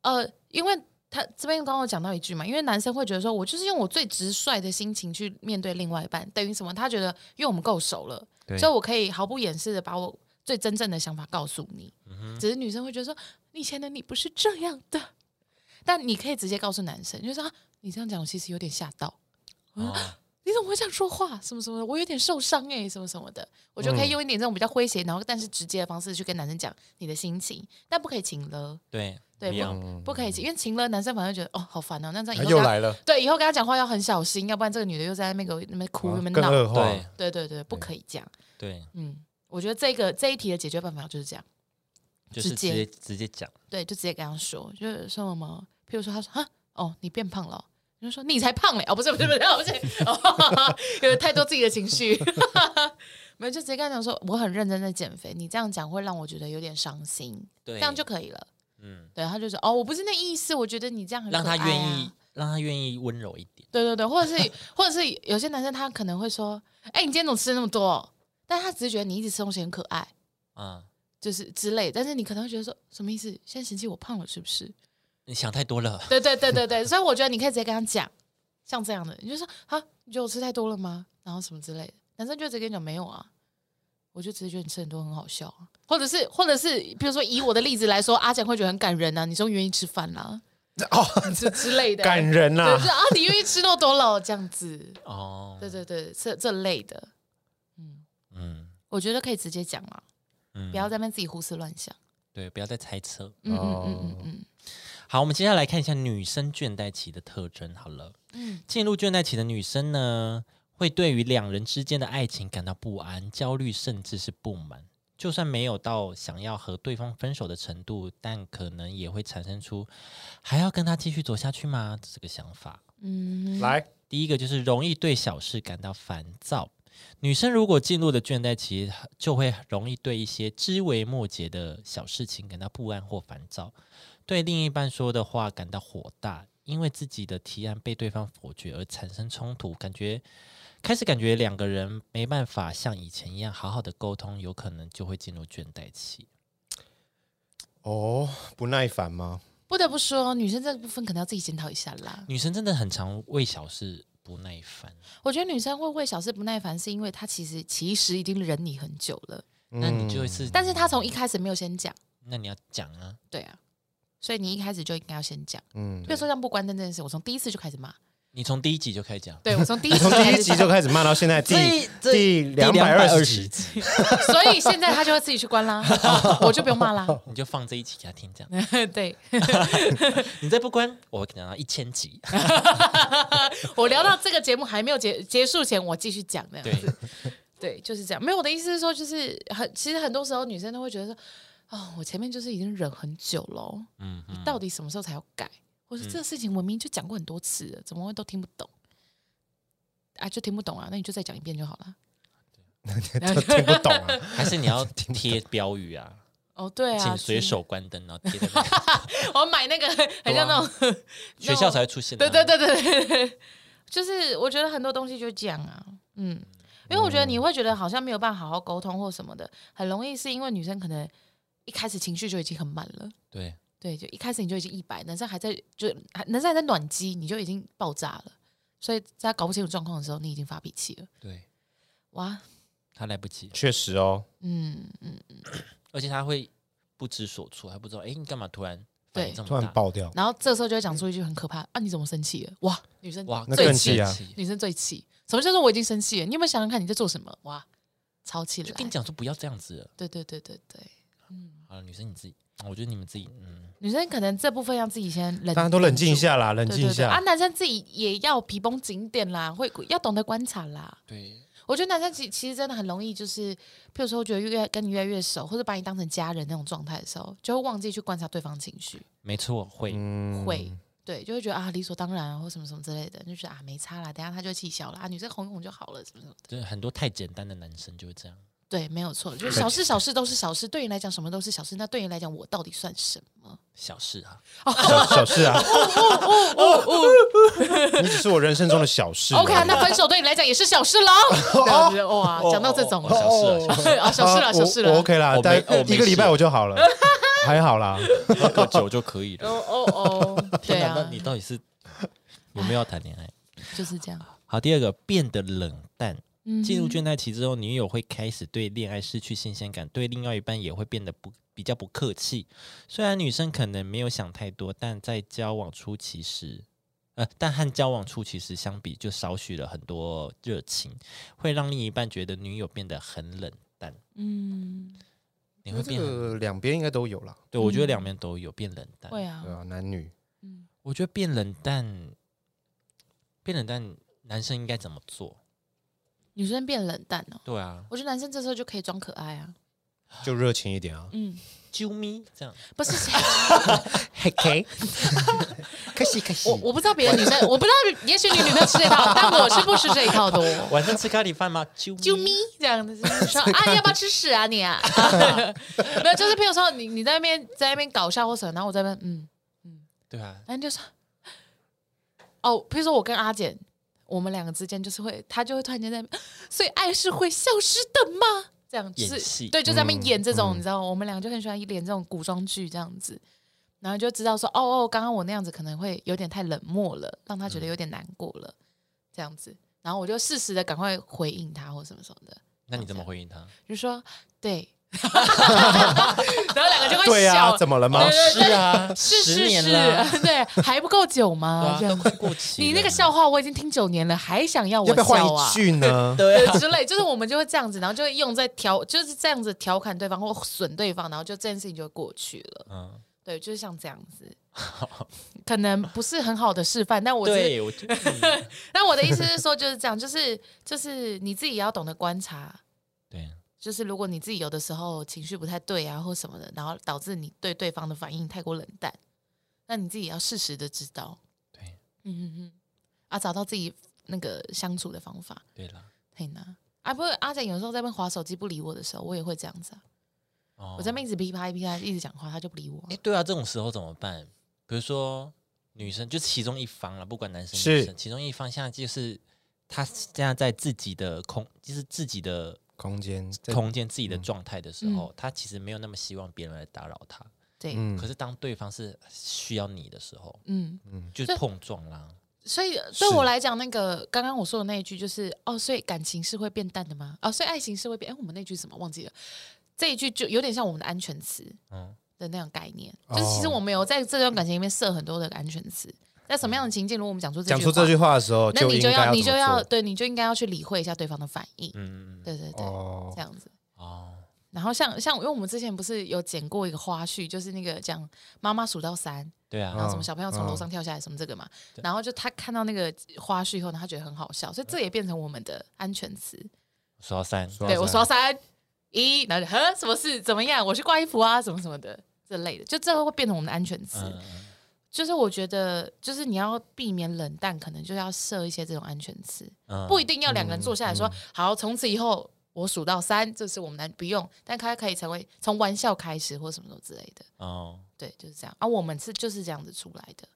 Speaker 2: 呃，因为他这边刚刚我讲到一句嘛，因为男生会觉得说我就是用我最直率的心情去面对另外一半，等于什么？他觉得因为我们够熟了，
Speaker 1: 对
Speaker 2: 所以我可以毫不掩饰的把我最真正的想法告诉你。只是女生会觉得说，以前的你不是这样的，但你可以直接告诉男生，就是啊，你这样讲我其实有点吓到。啊
Speaker 1: 哦
Speaker 2: 你怎么会这样说话？什么什么的，我有点受伤哎、什么什么的，我觉得可以用一点这种比较诙谐，然后但是直接的方式去跟男生讲你的心情，但不可以情了，
Speaker 1: 对
Speaker 2: 对
Speaker 1: 一样
Speaker 2: 不可以情，因为情了男生反而觉得哦好烦哦，那这样以后
Speaker 3: 啊又
Speaker 2: 跟他
Speaker 3: 来了，
Speaker 2: 对以后跟他讲话要很小心，要不然这个女的又在那边给 我那边哭那边
Speaker 3: 啊更
Speaker 2: 闹，
Speaker 3: 恶化。
Speaker 1: 对
Speaker 2: 对对对，不可以这样，
Speaker 1: 对，
Speaker 2: 嗯，我觉得这个这一题的解决办法就是这样，
Speaker 1: 就是
Speaker 2: 直
Speaker 1: 直接
Speaker 2: 接
Speaker 1: 直接讲，
Speaker 2: 对，就直接跟他说，就是说什么，譬如说他说啊哦你变胖了哦、你就说你才胖嘞！哦，不是不是不是不是，哦、 有太多自己的情绪， 没有就直接跟他讲说我很认真在减肥，你这样讲会让我觉得有点伤心，
Speaker 1: 对，
Speaker 2: 这样就可以了。
Speaker 1: 嗯，
Speaker 2: 对，他就说哦我不是那意思，我觉得你这样很
Speaker 1: 让
Speaker 2: 可
Speaker 1: 他
Speaker 2: 爱
Speaker 1: 愿
Speaker 2: 啊
Speaker 1: 意，让他愿意温柔一点。
Speaker 2: 对对对，或者是 或者是有些男生他可能会说，哎、你今天怎么吃那么多哦？但他只是觉得你一直吃东西很可爱，
Speaker 1: 啊、
Speaker 2: 就是之类。但是你可能会觉得说，什么意思？现在嫌弃我胖了是不是？
Speaker 1: 你想太多了。
Speaker 2: 对对对对对，所以我觉得你可以直接跟他讲，像这样的，你就说啊，你觉得我吃太多了吗？然后什么之类的，男生就直接跟你讲没有啊，我就直接觉得你吃很多很好笑啊，或者是或者是比如说以我的例子来说，阿简会觉得很感人啊，你终于愿意吃饭啦
Speaker 3: 哦，
Speaker 2: 之之类的，
Speaker 3: 感人
Speaker 2: 对
Speaker 3: 呐
Speaker 2: 就是！啊，你愿意吃那么多了这样子，
Speaker 1: 哦，
Speaker 2: 对对对，这这类的，
Speaker 1: 嗯
Speaker 2: 我觉得可以直接讲啊，
Speaker 1: 嗯，
Speaker 2: 不要在那边自己胡思乱想，
Speaker 1: 对，不要再猜测。
Speaker 2: 嗯嗯
Speaker 3: 哦
Speaker 2: 嗯嗯嗯
Speaker 1: 好，我们接下来看一下女生倦怠期的特征。好了，
Speaker 2: 嗯，
Speaker 1: 进入倦怠期的女生呢，会对于两人之间的爱情感到不安、焦虑，甚至是不满。就算没有到想要和对方分手的程度，但可能也会产生出还要跟他继续走下去吗？这个想法。
Speaker 2: 嗯，
Speaker 3: 来，
Speaker 1: 第一个就是容易对小事感到烦躁。女生如果进入了倦怠期，就会容易对一些枝微末节的小事情感到不安或烦躁，对另一半说的话感到火大，因为自己的提案被对方否决而产生冲突，感觉开始感觉两个人没办法像以前一样好好的沟通，有可能就会进入倦怠期。
Speaker 3: 哦，不耐烦吗？
Speaker 2: 不得不说，女生这部分可能要自己检讨一下啦。
Speaker 1: 女生真的很常为小事不耐烦，
Speaker 2: 我觉得女生会为小事不耐烦，是因为她其实其实已经忍你很久了，
Speaker 1: 那你就是，
Speaker 2: 嗯但是她从一开始没有先讲，
Speaker 1: 那你要讲啊，
Speaker 2: 对啊，所以你一开始就应该要先讲。
Speaker 3: 嗯
Speaker 2: 比如说像不关灯这件事，我从第一次就开始骂，
Speaker 1: 你从第一集就开始讲，
Speaker 2: 对我从第一
Speaker 3: 你
Speaker 2: 集
Speaker 3: 从第
Speaker 2: 开
Speaker 3: 一
Speaker 2: 始
Speaker 3: 集就
Speaker 2: 讲
Speaker 3: 开始骂到现在 第
Speaker 1: 这
Speaker 3: 第两百
Speaker 1: 百
Speaker 3: 二
Speaker 1: 十
Speaker 3: 十集，
Speaker 1: 集，
Speaker 2: 所以现在他就会自己去关 啦，哦我就不用骂啦。
Speaker 1: 你就放这一集给他听，这样。
Speaker 2: 对
Speaker 1: 你再不关，我可能要一千集。
Speaker 2: 我聊到这个节目还没有结结束前，我继续讲那样
Speaker 1: 对
Speaker 2: 子。对，就是这样。没有，我的意思是说，就是很，其实很多时候女生都会觉得说，哦，我前面就是已经忍很久了哦，
Speaker 1: 嗯，嗯
Speaker 2: 到底什么时候才要改？或者这个事情我明明就讲过很多次了，怎么会都听不懂？啊，就听不懂啊，那你就再讲一遍就好了。
Speaker 3: 都听不懂 啊。
Speaker 1: 还是你要贴标语啊，
Speaker 2: 哦，对啊，
Speaker 1: 请随
Speaker 2: 是
Speaker 1: 手关灯，然后贴在那个
Speaker 2: 我买那个很像那种，
Speaker 1: 学校才会出现的
Speaker 2: 对
Speaker 1: 啊。
Speaker 2: 对对对对，就是我觉得很多东西就这样啊，嗯，因为我觉得你会觉得好像没有办法好好沟通或什么的，很容易是因为女生可能一开始情绪就已经很满了。
Speaker 1: 对
Speaker 2: 对，就一开始你就已经一百，男生还在就还男生还在暖机，你就已经爆炸了。所以在搞不清楚状况的时候，你已经发脾气了。
Speaker 1: 对，
Speaker 2: 哇，
Speaker 1: 他来不及，
Speaker 3: 确实哦，
Speaker 2: 嗯嗯，
Speaker 1: 而且他会不知所措，还不知道，哎，你干嘛突然反应
Speaker 2: 对
Speaker 1: 这
Speaker 3: 突
Speaker 1: 么
Speaker 3: 然
Speaker 1: 大？
Speaker 3: 爆掉，
Speaker 2: 然后这时候就会讲出一句很可怕啊！你怎么生气了？哇，女生
Speaker 1: 哇，
Speaker 3: 那
Speaker 1: 最
Speaker 3: 更
Speaker 1: 气
Speaker 3: 气啊
Speaker 1: 气
Speaker 2: 女生最气。什么叫做我已经生气了？你有没有想想看你在做什么？哇，超气了
Speaker 1: 就！跟你讲说不要这样子了。
Speaker 2: 对对对对对，
Speaker 1: 好了，女生你自己，哦我觉得你们自己，嗯，
Speaker 2: 女生可能这部分要自己先冷，
Speaker 3: 大家都冷静一，下啦，冷
Speaker 2: 对
Speaker 3: 静一
Speaker 2: 对对啊！
Speaker 3: 下。
Speaker 2: 男生自己也要皮绷紧一点啦，会要懂得观察啦。
Speaker 1: 对，
Speaker 2: 我觉得男生其其实真的很容易，就是譬如说，觉得越跟你越来越熟，或者把你当成家人那种状态的时候，就会忘记去观察对方情绪，
Speaker 1: 没错，会，
Speaker 3: 嗯，
Speaker 2: 会对，就会觉得啊理所当然啊，或什么什么之类的，就觉得啊没差啦，等一下他就会气消啦，啊女生哄一哄就好了，什么什么的。
Speaker 1: 就是很多太简单的男生就会这样。
Speaker 2: 对，没有错，就是小事小事都是小事，对你来讲什么都是小事，那对你来讲我到底算什么？
Speaker 1: 小事啊，
Speaker 3: 小小事啊，哦你只是我人生中的小事啊。
Speaker 2: OK 啊，那分手对你来讲也是小事喽。这样子哇，讲到这种
Speaker 1: 哦小事啊，小事
Speaker 2: 啊，小事啦，
Speaker 3: 啊
Speaker 2: 小事
Speaker 3: 我我
Speaker 2: 啦。
Speaker 3: OK 啦，
Speaker 1: 我没
Speaker 3: 大概
Speaker 1: 我没事
Speaker 3: 一个礼拜我就好了，还好啦。
Speaker 1: 喝个酒就可以
Speaker 2: 哦
Speaker 1: 了。
Speaker 2: 哦哦，对
Speaker 1: 天哪，
Speaker 2: 啊
Speaker 1: 那你，到底是 有没有要谈恋爱？
Speaker 2: 就是这样。
Speaker 1: 好，第二个变得冷淡。
Speaker 2: 嗯
Speaker 1: 进入倦怠期之后，女友会开始对恋爱失去新鲜感，对另外一半也会变得不比较不客气。虽然女生可能没有想太多，但在交往初期时，呃，但和交往初期时相比，就少许了很多热情，会让另一半觉得女友变得很冷淡。
Speaker 2: 嗯，
Speaker 1: 你会变
Speaker 3: 这
Speaker 1: 很，
Speaker 3: 个两边应该都有啦，
Speaker 1: 对我觉得
Speaker 2: 嗯
Speaker 1: 两边都有变冷淡。
Speaker 2: 会啊
Speaker 3: 对，啊，男女
Speaker 2: 嗯，
Speaker 1: 我觉得变冷淡，变冷淡，男生应该怎么做？
Speaker 2: 女生变冷淡哦。
Speaker 1: 对啊，
Speaker 2: 我觉得男生这时候就可以装可爱啊，
Speaker 3: 就热情一点啊。
Speaker 2: 嗯，
Speaker 1: 啾咪这样，
Speaker 2: 不 是谁，
Speaker 3: 嘿嘿，可惜可惜
Speaker 2: 我我不知道别的女生，我不知道，也许你女朋友吃这一套，但我是不吃这一套的哦。
Speaker 1: 晚上吃咖喱饭吗？啾咪
Speaker 2: 啾咪这样子就是说啊，你要不要吃屎啊你啊？ 没有，就是譬如说你你在那边在那边搞笑或什么，然后我在那边嗯，
Speaker 1: 对啊，
Speaker 2: 然后你就说哦，譬如说我跟阿简，我们两个之间就是会，他就会突然间在 那边，所以爱是会消失的吗？这样就
Speaker 1: 演
Speaker 2: 是
Speaker 1: 戏
Speaker 2: 对，就在那边演这种，
Speaker 3: 嗯
Speaker 2: 你知道，我们俩就很喜欢演这种古装剧这样子，然后就知道说，哦哦，刚刚我那样子可能会有点太冷漠了，让他觉
Speaker 1: 嗯
Speaker 2: 得有点难过了，这样子，然后我就适时的赶快回应他或什么什么的，
Speaker 1: 那你怎么回应他？
Speaker 2: 就说对， 然后两个就会笑，
Speaker 3: 对啊，怎么了吗
Speaker 2: 对？对对
Speaker 1: 啊，
Speaker 2: 是
Speaker 1: 十
Speaker 2: 是
Speaker 1: 年
Speaker 2: 是
Speaker 1: 啦，，
Speaker 2: 对，还不够久
Speaker 1: 对
Speaker 2: 吗
Speaker 1: 啊？
Speaker 2: 这样
Speaker 1: 都快过期了。
Speaker 2: 你那个笑话我已经听九年了，还想要我
Speaker 3: 要不要换
Speaker 2: 笑啊
Speaker 3: 一？句呢？
Speaker 1: 对啊，
Speaker 2: 对之类，就是我们就会这样子，然后就会用在调，就是这样子调侃对方或损对方，然后就这件事情就会过去了。
Speaker 1: 嗯，
Speaker 2: 对，就是像这样子，可能不是很好的示范，但我是，
Speaker 1: 对，我就嗯
Speaker 2: 但我的意思是说就是这样，就是就是你自己也要懂得观察，
Speaker 1: 对，
Speaker 2: 就是如果你自己有的时候情绪不太对啊或什么的，然后导致你对对方的反应太过冷淡，那你自己也要适时的知道，
Speaker 1: 对
Speaker 2: 嗯嗯嗯，啊，找到自己那个相处的方法。
Speaker 1: 对了，
Speaker 2: 很难。啊，不过阿展有时候在那边划手机不理我的时候，我也会这样子啊。
Speaker 1: 哦
Speaker 2: 我在那边一直噼啪一直噼啪一直讲话，他就不理我啊、
Speaker 1: 哎，对啊，这种时候怎么办？比如说女生，就其中一方了，不管男生
Speaker 3: 是
Speaker 1: 女生，其中一方现在就是他现在在自己的空，就是自己的
Speaker 3: 空间，在
Speaker 1: 空间、自己的状态的时
Speaker 2: 嗯
Speaker 1: 候，他其实没有那么希望别人来打扰他。
Speaker 2: 对，嗯
Speaker 3: 嗯
Speaker 1: 可，是当对方是需要你的时候，就是
Speaker 2: 对
Speaker 1: 碰撞啦。
Speaker 2: 嗯所以对我来讲，那个刚刚我说的那一句就是哦，所以感情是会变淡的吗？哦，所以爱情是会变……哎，我们那句是什么忘记了？这一句就有点像我们的安全词
Speaker 1: 嗯，
Speaker 2: 的那种概念，
Speaker 3: 哦
Speaker 2: 就是其实我们有在这段感情里面设很多的安全词，在什么样的情境，如果我们讲出这
Speaker 3: 讲
Speaker 2: 句
Speaker 3: 出这
Speaker 2: 话
Speaker 3: 句话的时候，
Speaker 2: 那你
Speaker 3: 应
Speaker 2: 就
Speaker 3: 该
Speaker 2: 要
Speaker 3: 怎
Speaker 2: 你就要
Speaker 3: 么做？
Speaker 2: 对你就应该要去理会一下对方的反应，
Speaker 1: 嗯，嗯嗯
Speaker 2: 对对对，
Speaker 3: 哦
Speaker 2: 这，样子。
Speaker 1: 哦，
Speaker 2: 然后像像因为我们之前不是有剪过一个花絮，就是那个讲妈妈数到三，
Speaker 1: 对
Speaker 2: 然
Speaker 1: 啊，
Speaker 2: 后什么小朋友从
Speaker 3: 嗯
Speaker 2: 楼上跳下来什么这个嘛，
Speaker 1: 对
Speaker 2: 然后就他看到那个花絮以后，呢，他觉得很好笑，所以这也变成我们的安全词。
Speaker 1: 数到三，
Speaker 3: 说到
Speaker 2: 对我
Speaker 3: 三
Speaker 2: 说三一，然后就呵什么事怎么样，我去挂衣服啊，什么什么的这类的，就这会变成我们的安全词。
Speaker 1: 嗯，嗯
Speaker 2: 就是我觉得，就是你要避免冷淡，可能就要设一些这种安全词，
Speaker 1: 嗯
Speaker 2: 不一定要两个人坐下来
Speaker 3: 嗯
Speaker 2: 说、好，从此以后我数到三，这是我们的不用，但它可以成为从玩笑开始或什么什么之类的。
Speaker 1: 哦，
Speaker 2: 对，就是这样啊，我们是就是这样子出来的。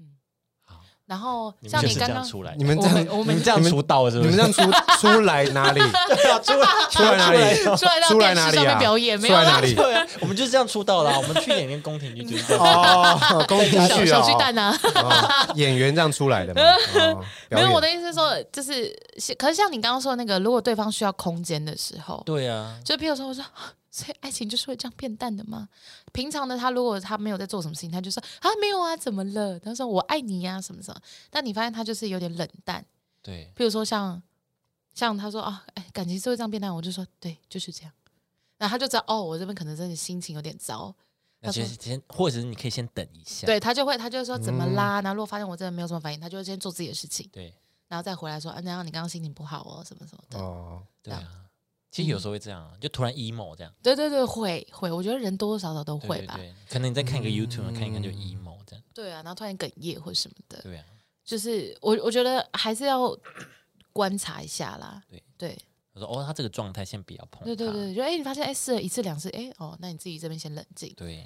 Speaker 2: 嗯，
Speaker 1: 好。
Speaker 2: 然后
Speaker 1: 你们
Speaker 2: 像
Speaker 1: 就
Speaker 2: 你
Speaker 1: 是这
Speaker 2: 刚
Speaker 1: 样
Speaker 2: 刚，
Speaker 1: 出来的，
Speaker 3: 你们这
Speaker 2: 我
Speaker 3: 样
Speaker 2: 们我
Speaker 1: 你
Speaker 2: 们
Speaker 1: 们这样
Speaker 3: 你们
Speaker 1: 出道是
Speaker 3: 你
Speaker 1: 不是？
Speaker 3: 们这样出出来 哪里？
Speaker 1: 对啊，出来
Speaker 3: 出来哪里？
Speaker 2: 出来到
Speaker 3: 出来
Speaker 2: 电视
Speaker 3: 哪里
Speaker 2: 上面
Speaker 3: 啊？
Speaker 2: 表演，没
Speaker 3: 出
Speaker 2: 有
Speaker 3: 来
Speaker 2: 啦
Speaker 3: 哪里？
Speaker 1: 对啊，我们就是这样出道啦。我们去演练宫廷剧就是 这样。
Speaker 3: 哦，宫廷
Speaker 2: 小
Speaker 3: 剧
Speaker 2: 小
Speaker 3: 啊
Speaker 2: 巨，蛋啊。
Speaker 3: 哦演员这样出来 的吗？哦
Speaker 2: 没有，我的
Speaker 3: 表演
Speaker 2: 意思是说，就是，可是像你刚刚说的那个，如果对方需要空间的时候，
Speaker 1: 对啊，
Speaker 2: 就比如说我说，啊所以爱情就是会这样变淡的吗？平常的他如果他没有在做什么事情，他就说啊没有啊，怎么了？他说我爱你呀、什么什么。但你发现他就是有点冷淡，
Speaker 1: 对，
Speaker 2: 比如说像像他说啊，哎，感情是会这样变淡，我就说对，就是这样。然后他就知道哦，我这边可能真的心情有点糟，
Speaker 1: 那就先，或者是你可以先等一下。
Speaker 2: 对他就会他就会说怎么啦？然后如果发现我真的没有什么反应，他就会先做自己的事情，
Speaker 1: 对
Speaker 2: 然后再回来说，啊，那样你刚刚心情不好哦，什么什么的。
Speaker 3: 哦，
Speaker 1: 对啊，其
Speaker 2: 嗯
Speaker 1: 实有时候会这样啊，就突然 emo 这样。
Speaker 2: 对对对，会会，我觉得人多多少少都
Speaker 1: 对
Speaker 2: 会
Speaker 1: 对
Speaker 2: 吧。
Speaker 1: 对，可能你再看一个 YouTube，
Speaker 3: 嗯
Speaker 1: 看一看就 emo 这样。
Speaker 2: 对啊，然后突然哽咽或什么的，
Speaker 1: 对啊，
Speaker 2: 就是我我觉得还是要观察一下啦。
Speaker 1: 对
Speaker 2: 对
Speaker 1: 我说哦，他这个状态先不要碰。
Speaker 2: 对对。对，就哎、你发现哎试了一次两次，哎哦，那你自己这边先冷静。
Speaker 1: 对，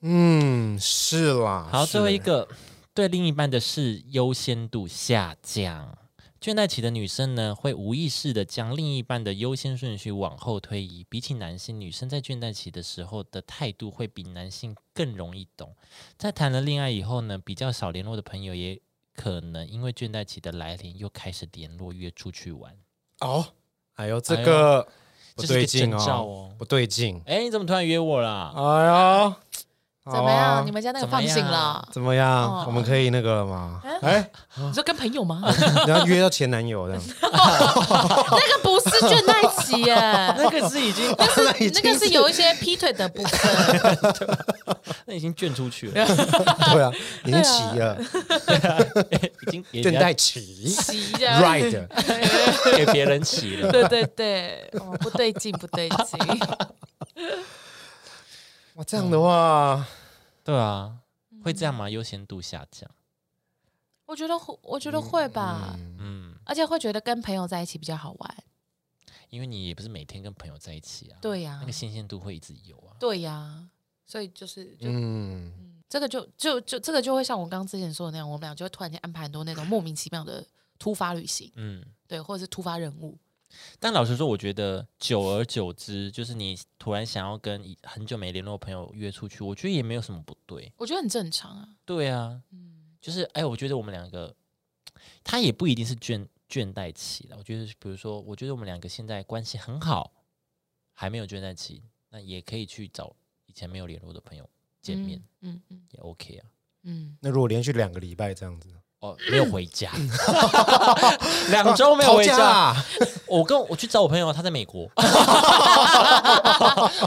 Speaker 3: 嗯，是啦。
Speaker 1: 好，
Speaker 3: 是
Speaker 1: 最后一个，对另一半的事优先度下降。倦怠期的女生呢，会无意识的将另一半的优先顺序往后推移。比起男性，女生在倦怠期的时候的态度会比男性更容易懂。在谈了恋爱以后呢，比较少联络的朋友也可能因为倦怠期的来临，又开始联络约出去玩，
Speaker 3: 哦，哎呦，这个不
Speaker 1: 这是一
Speaker 3: 对
Speaker 1: 个
Speaker 3: 劲
Speaker 1: 征兆
Speaker 3: 哦，
Speaker 1: 哦。
Speaker 3: 不对劲，
Speaker 1: 哎，你怎么突然约我啦？
Speaker 3: 哎呀，
Speaker 2: 怎么
Speaker 3: 好啊
Speaker 2: 样？你们家那个
Speaker 1: 怎么
Speaker 2: 放醒
Speaker 1: 样
Speaker 2: 了？
Speaker 3: 怎么样
Speaker 2: 哦？
Speaker 3: 我们可以那个了吗？哎，
Speaker 2: 你说跟朋 友
Speaker 1: 哦
Speaker 2: 吗？
Speaker 3: 然后约到前男友这样，
Speaker 2: 那个不是倦怠期耶，
Speaker 1: 那个是已经
Speaker 3: 那已
Speaker 2: 那
Speaker 3: 经
Speaker 2: 个是有一些劈腿的 部分。
Speaker 1: 那已经倦出去 了，
Speaker 3: 对啊，已经起了
Speaker 1: 哎已经给人
Speaker 3: 倦
Speaker 1: 家
Speaker 3: 怠期
Speaker 2: 期呀
Speaker 3: ，right，
Speaker 1: 给别人起 了。
Speaker 2: 对对对，哦，不对劲，不对劲。
Speaker 3: 哇，这样的话，
Speaker 1: 对啊，
Speaker 2: 嗯
Speaker 1: 会这样吗？优先度下降，
Speaker 2: 我觉得会，我觉得会吧，
Speaker 3: 嗯
Speaker 1: 嗯，
Speaker 2: 而且会觉得跟朋友在一起比较好玩。
Speaker 1: 因为你也不是每天跟朋友在一起啊，
Speaker 2: 对呀、
Speaker 1: 那个新鲜度会一直有啊。
Speaker 2: 对呀、所以就是就、
Speaker 3: 嗯，
Speaker 2: 这个就就就这个就会像我刚刚之前说的那样，我们俩就会突然间安排很多那种莫名其妙的突发旅行，
Speaker 1: 嗯，
Speaker 2: 对，或者是突发任务。
Speaker 1: 但老实说，我觉得久而久之，就是你突然想要跟以很久没联络的朋友约出去，我觉得也没有什么不对。
Speaker 2: 我觉得很正常啊。
Speaker 1: 对啊，
Speaker 2: 嗯，
Speaker 1: 就是哎，我觉得我们两个，他也不一定是倦倦怠期了。我觉得，比如说，我觉得我们两个现在关系很好，还没有倦怠期，那也可以去找以前没有联络的朋友见面，
Speaker 2: 嗯，嗯
Speaker 1: 也 OK 啊。
Speaker 2: 嗯
Speaker 3: 那如果连续两个礼拜这样子，
Speaker 1: 哦，没有回 家，两周没有回
Speaker 3: 逃家
Speaker 1: 家。
Speaker 3: 啊，
Speaker 1: 我跟我去找我朋友，他在美 国。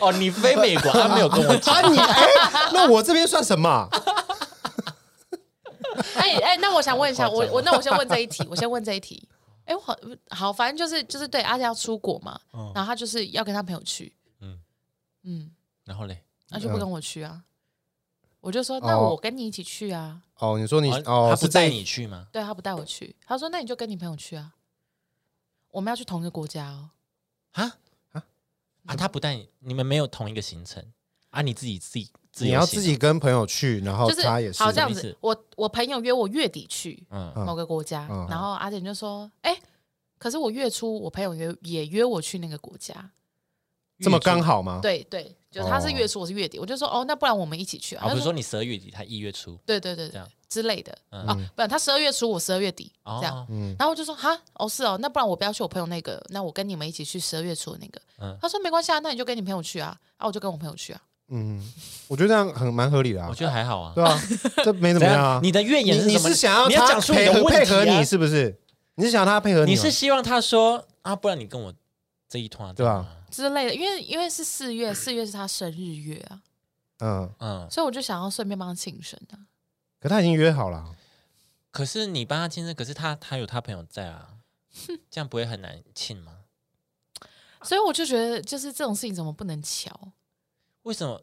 Speaker 1: 哦，你飞美国，他没有跟我讲。
Speaker 3: 啊你哎，那我这边算什么？
Speaker 2: 嗯。哎哎，那我想问一下，
Speaker 1: 好夸
Speaker 2: 我
Speaker 1: 张哦
Speaker 2: 我那我先问这一题，我先问这一题。哎，我好好，反正就是就是对，阿姐要出国嘛，
Speaker 1: 嗯
Speaker 2: 然后她就是要跟她朋友去，嗯
Speaker 1: 嗯
Speaker 2: 嗯，
Speaker 1: 然后嘞，
Speaker 2: 那就不跟我去啊。我就说，
Speaker 3: 哦
Speaker 2: 那我跟你一起去啊。
Speaker 3: 哦，你说你
Speaker 1: 哦
Speaker 3: 哦，
Speaker 1: 他
Speaker 3: 是
Speaker 1: 不带
Speaker 3: 在
Speaker 1: 你去吗？
Speaker 2: 对他不带我去，他说那你就跟你朋友去啊，我们要去同一个国家哦。
Speaker 1: 啊
Speaker 3: 啊
Speaker 1: 啊！他不带你，你们没有同一个行程啊？你自己自己自
Speaker 3: 你
Speaker 1: 由
Speaker 3: 要
Speaker 1: 行啊
Speaker 3: 自己跟朋友去，然后
Speaker 2: 就是
Speaker 3: 哦他也是
Speaker 2: 好这样
Speaker 1: 什么意
Speaker 2: 子
Speaker 1: 思，
Speaker 2: 我我朋友约我月底去
Speaker 1: 嗯
Speaker 3: 嗯
Speaker 2: 某个国家，
Speaker 3: 嗯
Speaker 2: 然后阿简就说，哎、可是我月初我朋友约也约我去那个国家，
Speaker 3: 这么刚好吗？
Speaker 2: 对对，就是他是
Speaker 3: 嗯哦
Speaker 2: 月初，我是月底，我就说哦，那不然我们一起去啊。
Speaker 1: 啊？比
Speaker 2: 他
Speaker 1: 如说你十二月底，他一月初，
Speaker 2: 对对对
Speaker 1: 这
Speaker 2: 对
Speaker 1: 样
Speaker 2: 之类的、
Speaker 1: 嗯
Speaker 2: 啊，不然他十二月初，我十二月底、
Speaker 1: 哦
Speaker 2: 这样。
Speaker 3: 嗯，
Speaker 2: 然后我就说哈，哦是哦，那不然我不要去我朋友那个，那我跟你们一起去十二月初的那个。
Speaker 1: 嗯
Speaker 2: 他说没关系啊，那你就跟你朋友去啊，啊我就跟我朋友去啊，
Speaker 3: 嗯，我觉得这样很蛮合理的啊
Speaker 1: 我，觉得还好啊。
Speaker 3: 对啊，这没怎么样啊。
Speaker 1: 你的怨
Speaker 3: 你
Speaker 1: 言是
Speaker 3: 你
Speaker 1: 什么？
Speaker 3: 是想要
Speaker 1: 你要
Speaker 3: 他
Speaker 1: 讲出你
Speaker 3: 配
Speaker 1: 的
Speaker 3: 合
Speaker 1: 问题啊
Speaker 3: 配合你是不是？你是想要他配合你
Speaker 1: 你
Speaker 3: 吗？
Speaker 1: 是希望他说啊，不然你跟我这一团啊
Speaker 3: 对吧？
Speaker 2: 之类的，因为因为是四月，四月是他生日月啊，
Speaker 3: 嗯，
Speaker 1: 嗯，
Speaker 2: 所以我就想要顺便帮他庆生啊。
Speaker 3: 可他已经约好了啊，
Speaker 1: 可是你帮他庆生，可是他他有他朋友在 啊，这样不会很难庆吗？
Speaker 2: 所以我就觉得，就是这种事情怎么不能巧？
Speaker 1: 为什么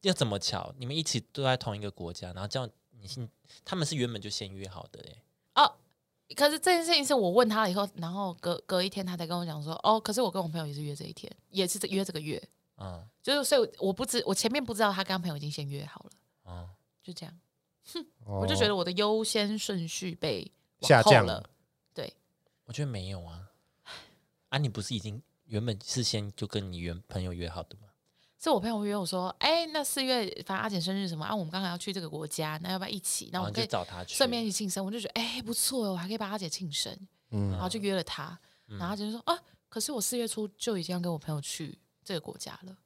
Speaker 1: 要怎么巧？你们一起都在同一个国家，然后这样你信他们是原本就先约好的嘞。
Speaker 2: 哦可是这件事情是我问他以后，然后隔隔一天他才跟我讲说，哦，可是我跟我朋友也是约这一天，也是约这个月，
Speaker 1: 嗯
Speaker 2: 就是所以我不知我前面不知道他跟他朋友已经先约好了，
Speaker 1: 嗯，
Speaker 2: 就这样，
Speaker 3: 我
Speaker 2: 我就觉得我的优先顺序被往
Speaker 3: 哦下
Speaker 2: 后
Speaker 3: 降
Speaker 2: 了，对，
Speaker 1: 我觉得没有啊。啊，你不是已经原本事先就跟你原朋友约好的吗？
Speaker 2: 是我朋友约我说，哎、那四月反正阿简生日什么啊，我们刚好要去这个国家，那要不要一起？那
Speaker 1: 然
Speaker 2: 我
Speaker 1: 后哦你
Speaker 2: 们可
Speaker 1: 就
Speaker 2: 以
Speaker 1: 找他去，
Speaker 2: 顺便一起庆生，我就觉得哎、不错哦，我还可以帮阿姐庆生，然
Speaker 3: 嗯，
Speaker 2: 后就约了他，
Speaker 1: 嗯
Speaker 2: 然后阿姐就说啊，可是我四月初就已经要跟我朋友去这个国家了，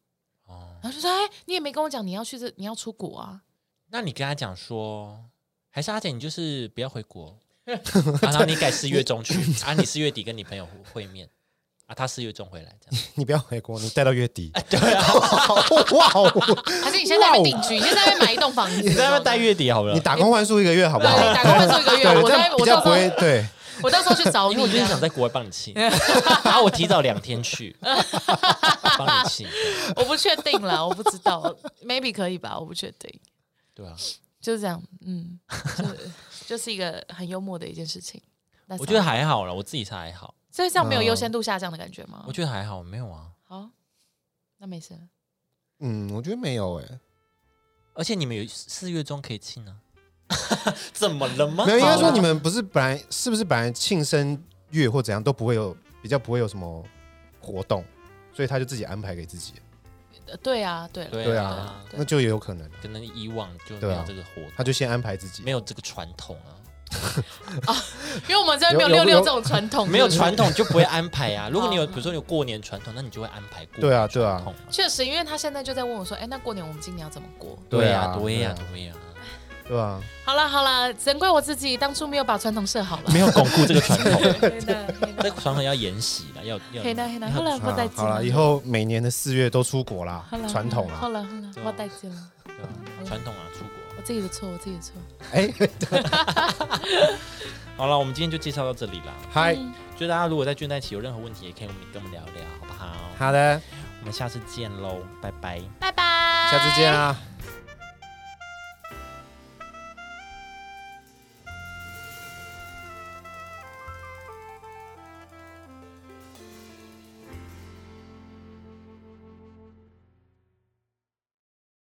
Speaker 1: 哦。
Speaker 2: 然后就说哎、你也没跟我讲你要去这你要出国啊，
Speaker 1: 那你跟他讲说，还是阿姐，你就是不要回 国，啊、然后你改四月中去啊，你四月底跟你朋友会面啊，他四月中回来这样。
Speaker 3: 你不要回国，你待到月底。对啊， 哇哦，
Speaker 2: 还是你先在那边定居，你先在那边买一栋房子，你
Speaker 1: 你在那边待月底好了
Speaker 3: 你，打工换数一个月好不好？
Speaker 2: 对你打工换宿一个月
Speaker 3: 对
Speaker 2: 我
Speaker 3: 这样
Speaker 2: 在
Speaker 3: 比
Speaker 2: 我
Speaker 3: 较
Speaker 2: 到时
Speaker 3: 不
Speaker 2: 候
Speaker 3: 会对。
Speaker 2: 我到时候去找
Speaker 1: 因
Speaker 2: 你
Speaker 1: 为
Speaker 2: 啊，
Speaker 1: 我就是想在国外帮你 庆，然后我提早两天去帮你庆，
Speaker 2: 我不确定啦，我不知道，maybe 可以吧，我不确定，
Speaker 1: 对啊，
Speaker 2: 就是这样，嗯，就 就是一个很幽默的一件事情。That's
Speaker 1: 我觉得
Speaker 2: all，
Speaker 1: 还好了，我自己才还好，
Speaker 2: 所以这样没有
Speaker 3: 嗯
Speaker 2: 优先度下降的感觉吗
Speaker 1: 我？觉得还好，没有啊。
Speaker 2: 好，那没事了。
Speaker 3: 嗯，我觉得没有哎、
Speaker 1: 而且你们有四月中可以庆啊， 怎么了吗？
Speaker 3: 没有，应该
Speaker 2: 好
Speaker 3: 说
Speaker 2: 了
Speaker 3: 你们不是本来是不是本来庆生月或怎样都不会有比较不会有什么活动，所以他就自己安排给自己。
Speaker 2: 呃对啊，对了，
Speaker 1: 对
Speaker 3: 对
Speaker 1: 啊
Speaker 3: 啊，
Speaker 2: 对
Speaker 3: 那就也有可能，
Speaker 1: 可能以往就没
Speaker 3: 对
Speaker 1: 有
Speaker 3: 啊
Speaker 1: 这个活
Speaker 3: 他
Speaker 1: 动，
Speaker 3: 就先安排自己
Speaker 1: 没。有这个传统啊。
Speaker 2: 啊因为我们这边没有
Speaker 3: 有
Speaker 2: 六
Speaker 3: 有
Speaker 2: 六
Speaker 3: 有
Speaker 2: 这种传统，
Speaker 1: 没有
Speaker 2: 是不是
Speaker 1: 传。统就不会安排 啊。如果你有，比如说你有过年传统，那你就会安排过
Speaker 3: 对啊
Speaker 1: 年传统嘛。
Speaker 2: 确实，因为他现在就在问我说：“哎，那过年我们今年要怎么过
Speaker 1: 对
Speaker 3: 啊，
Speaker 1: 对
Speaker 3: 对
Speaker 1: 呀
Speaker 3: 啊，
Speaker 1: 对呀，？”
Speaker 3: 对啊，
Speaker 2: 好啦好啦，只能怪我自己当初没有把传统设 好了。
Speaker 1: 没有巩固这个传统，
Speaker 2: 黑的黑
Speaker 1: 这
Speaker 2: 的
Speaker 1: 个传统要沿袭了，要要
Speaker 2: 黑的黑的，
Speaker 1: 要
Speaker 2: 后来我再
Speaker 3: 啊
Speaker 2: 见
Speaker 3: 好了，以后每年的四月都出国啦
Speaker 2: 好了，，
Speaker 3: 传统
Speaker 2: 好
Speaker 3: 啦。
Speaker 2: 了好了，
Speaker 1: 对啊
Speaker 2: 我再见了，
Speaker 1: 对啊传统啊，出国。
Speaker 2: 我自己的错，我自己的错。
Speaker 3: 哎，
Speaker 1: 好了，我们今天就介绍到这里啦。
Speaker 3: 嗨，
Speaker 2: 嗯
Speaker 1: 就大家如果在倦怠期有任何问题，也可以我们跟我们聊聊，好不好？
Speaker 3: 好的，
Speaker 1: 我们下次见喽，拜拜。
Speaker 2: 拜拜，
Speaker 3: 下次见。啊。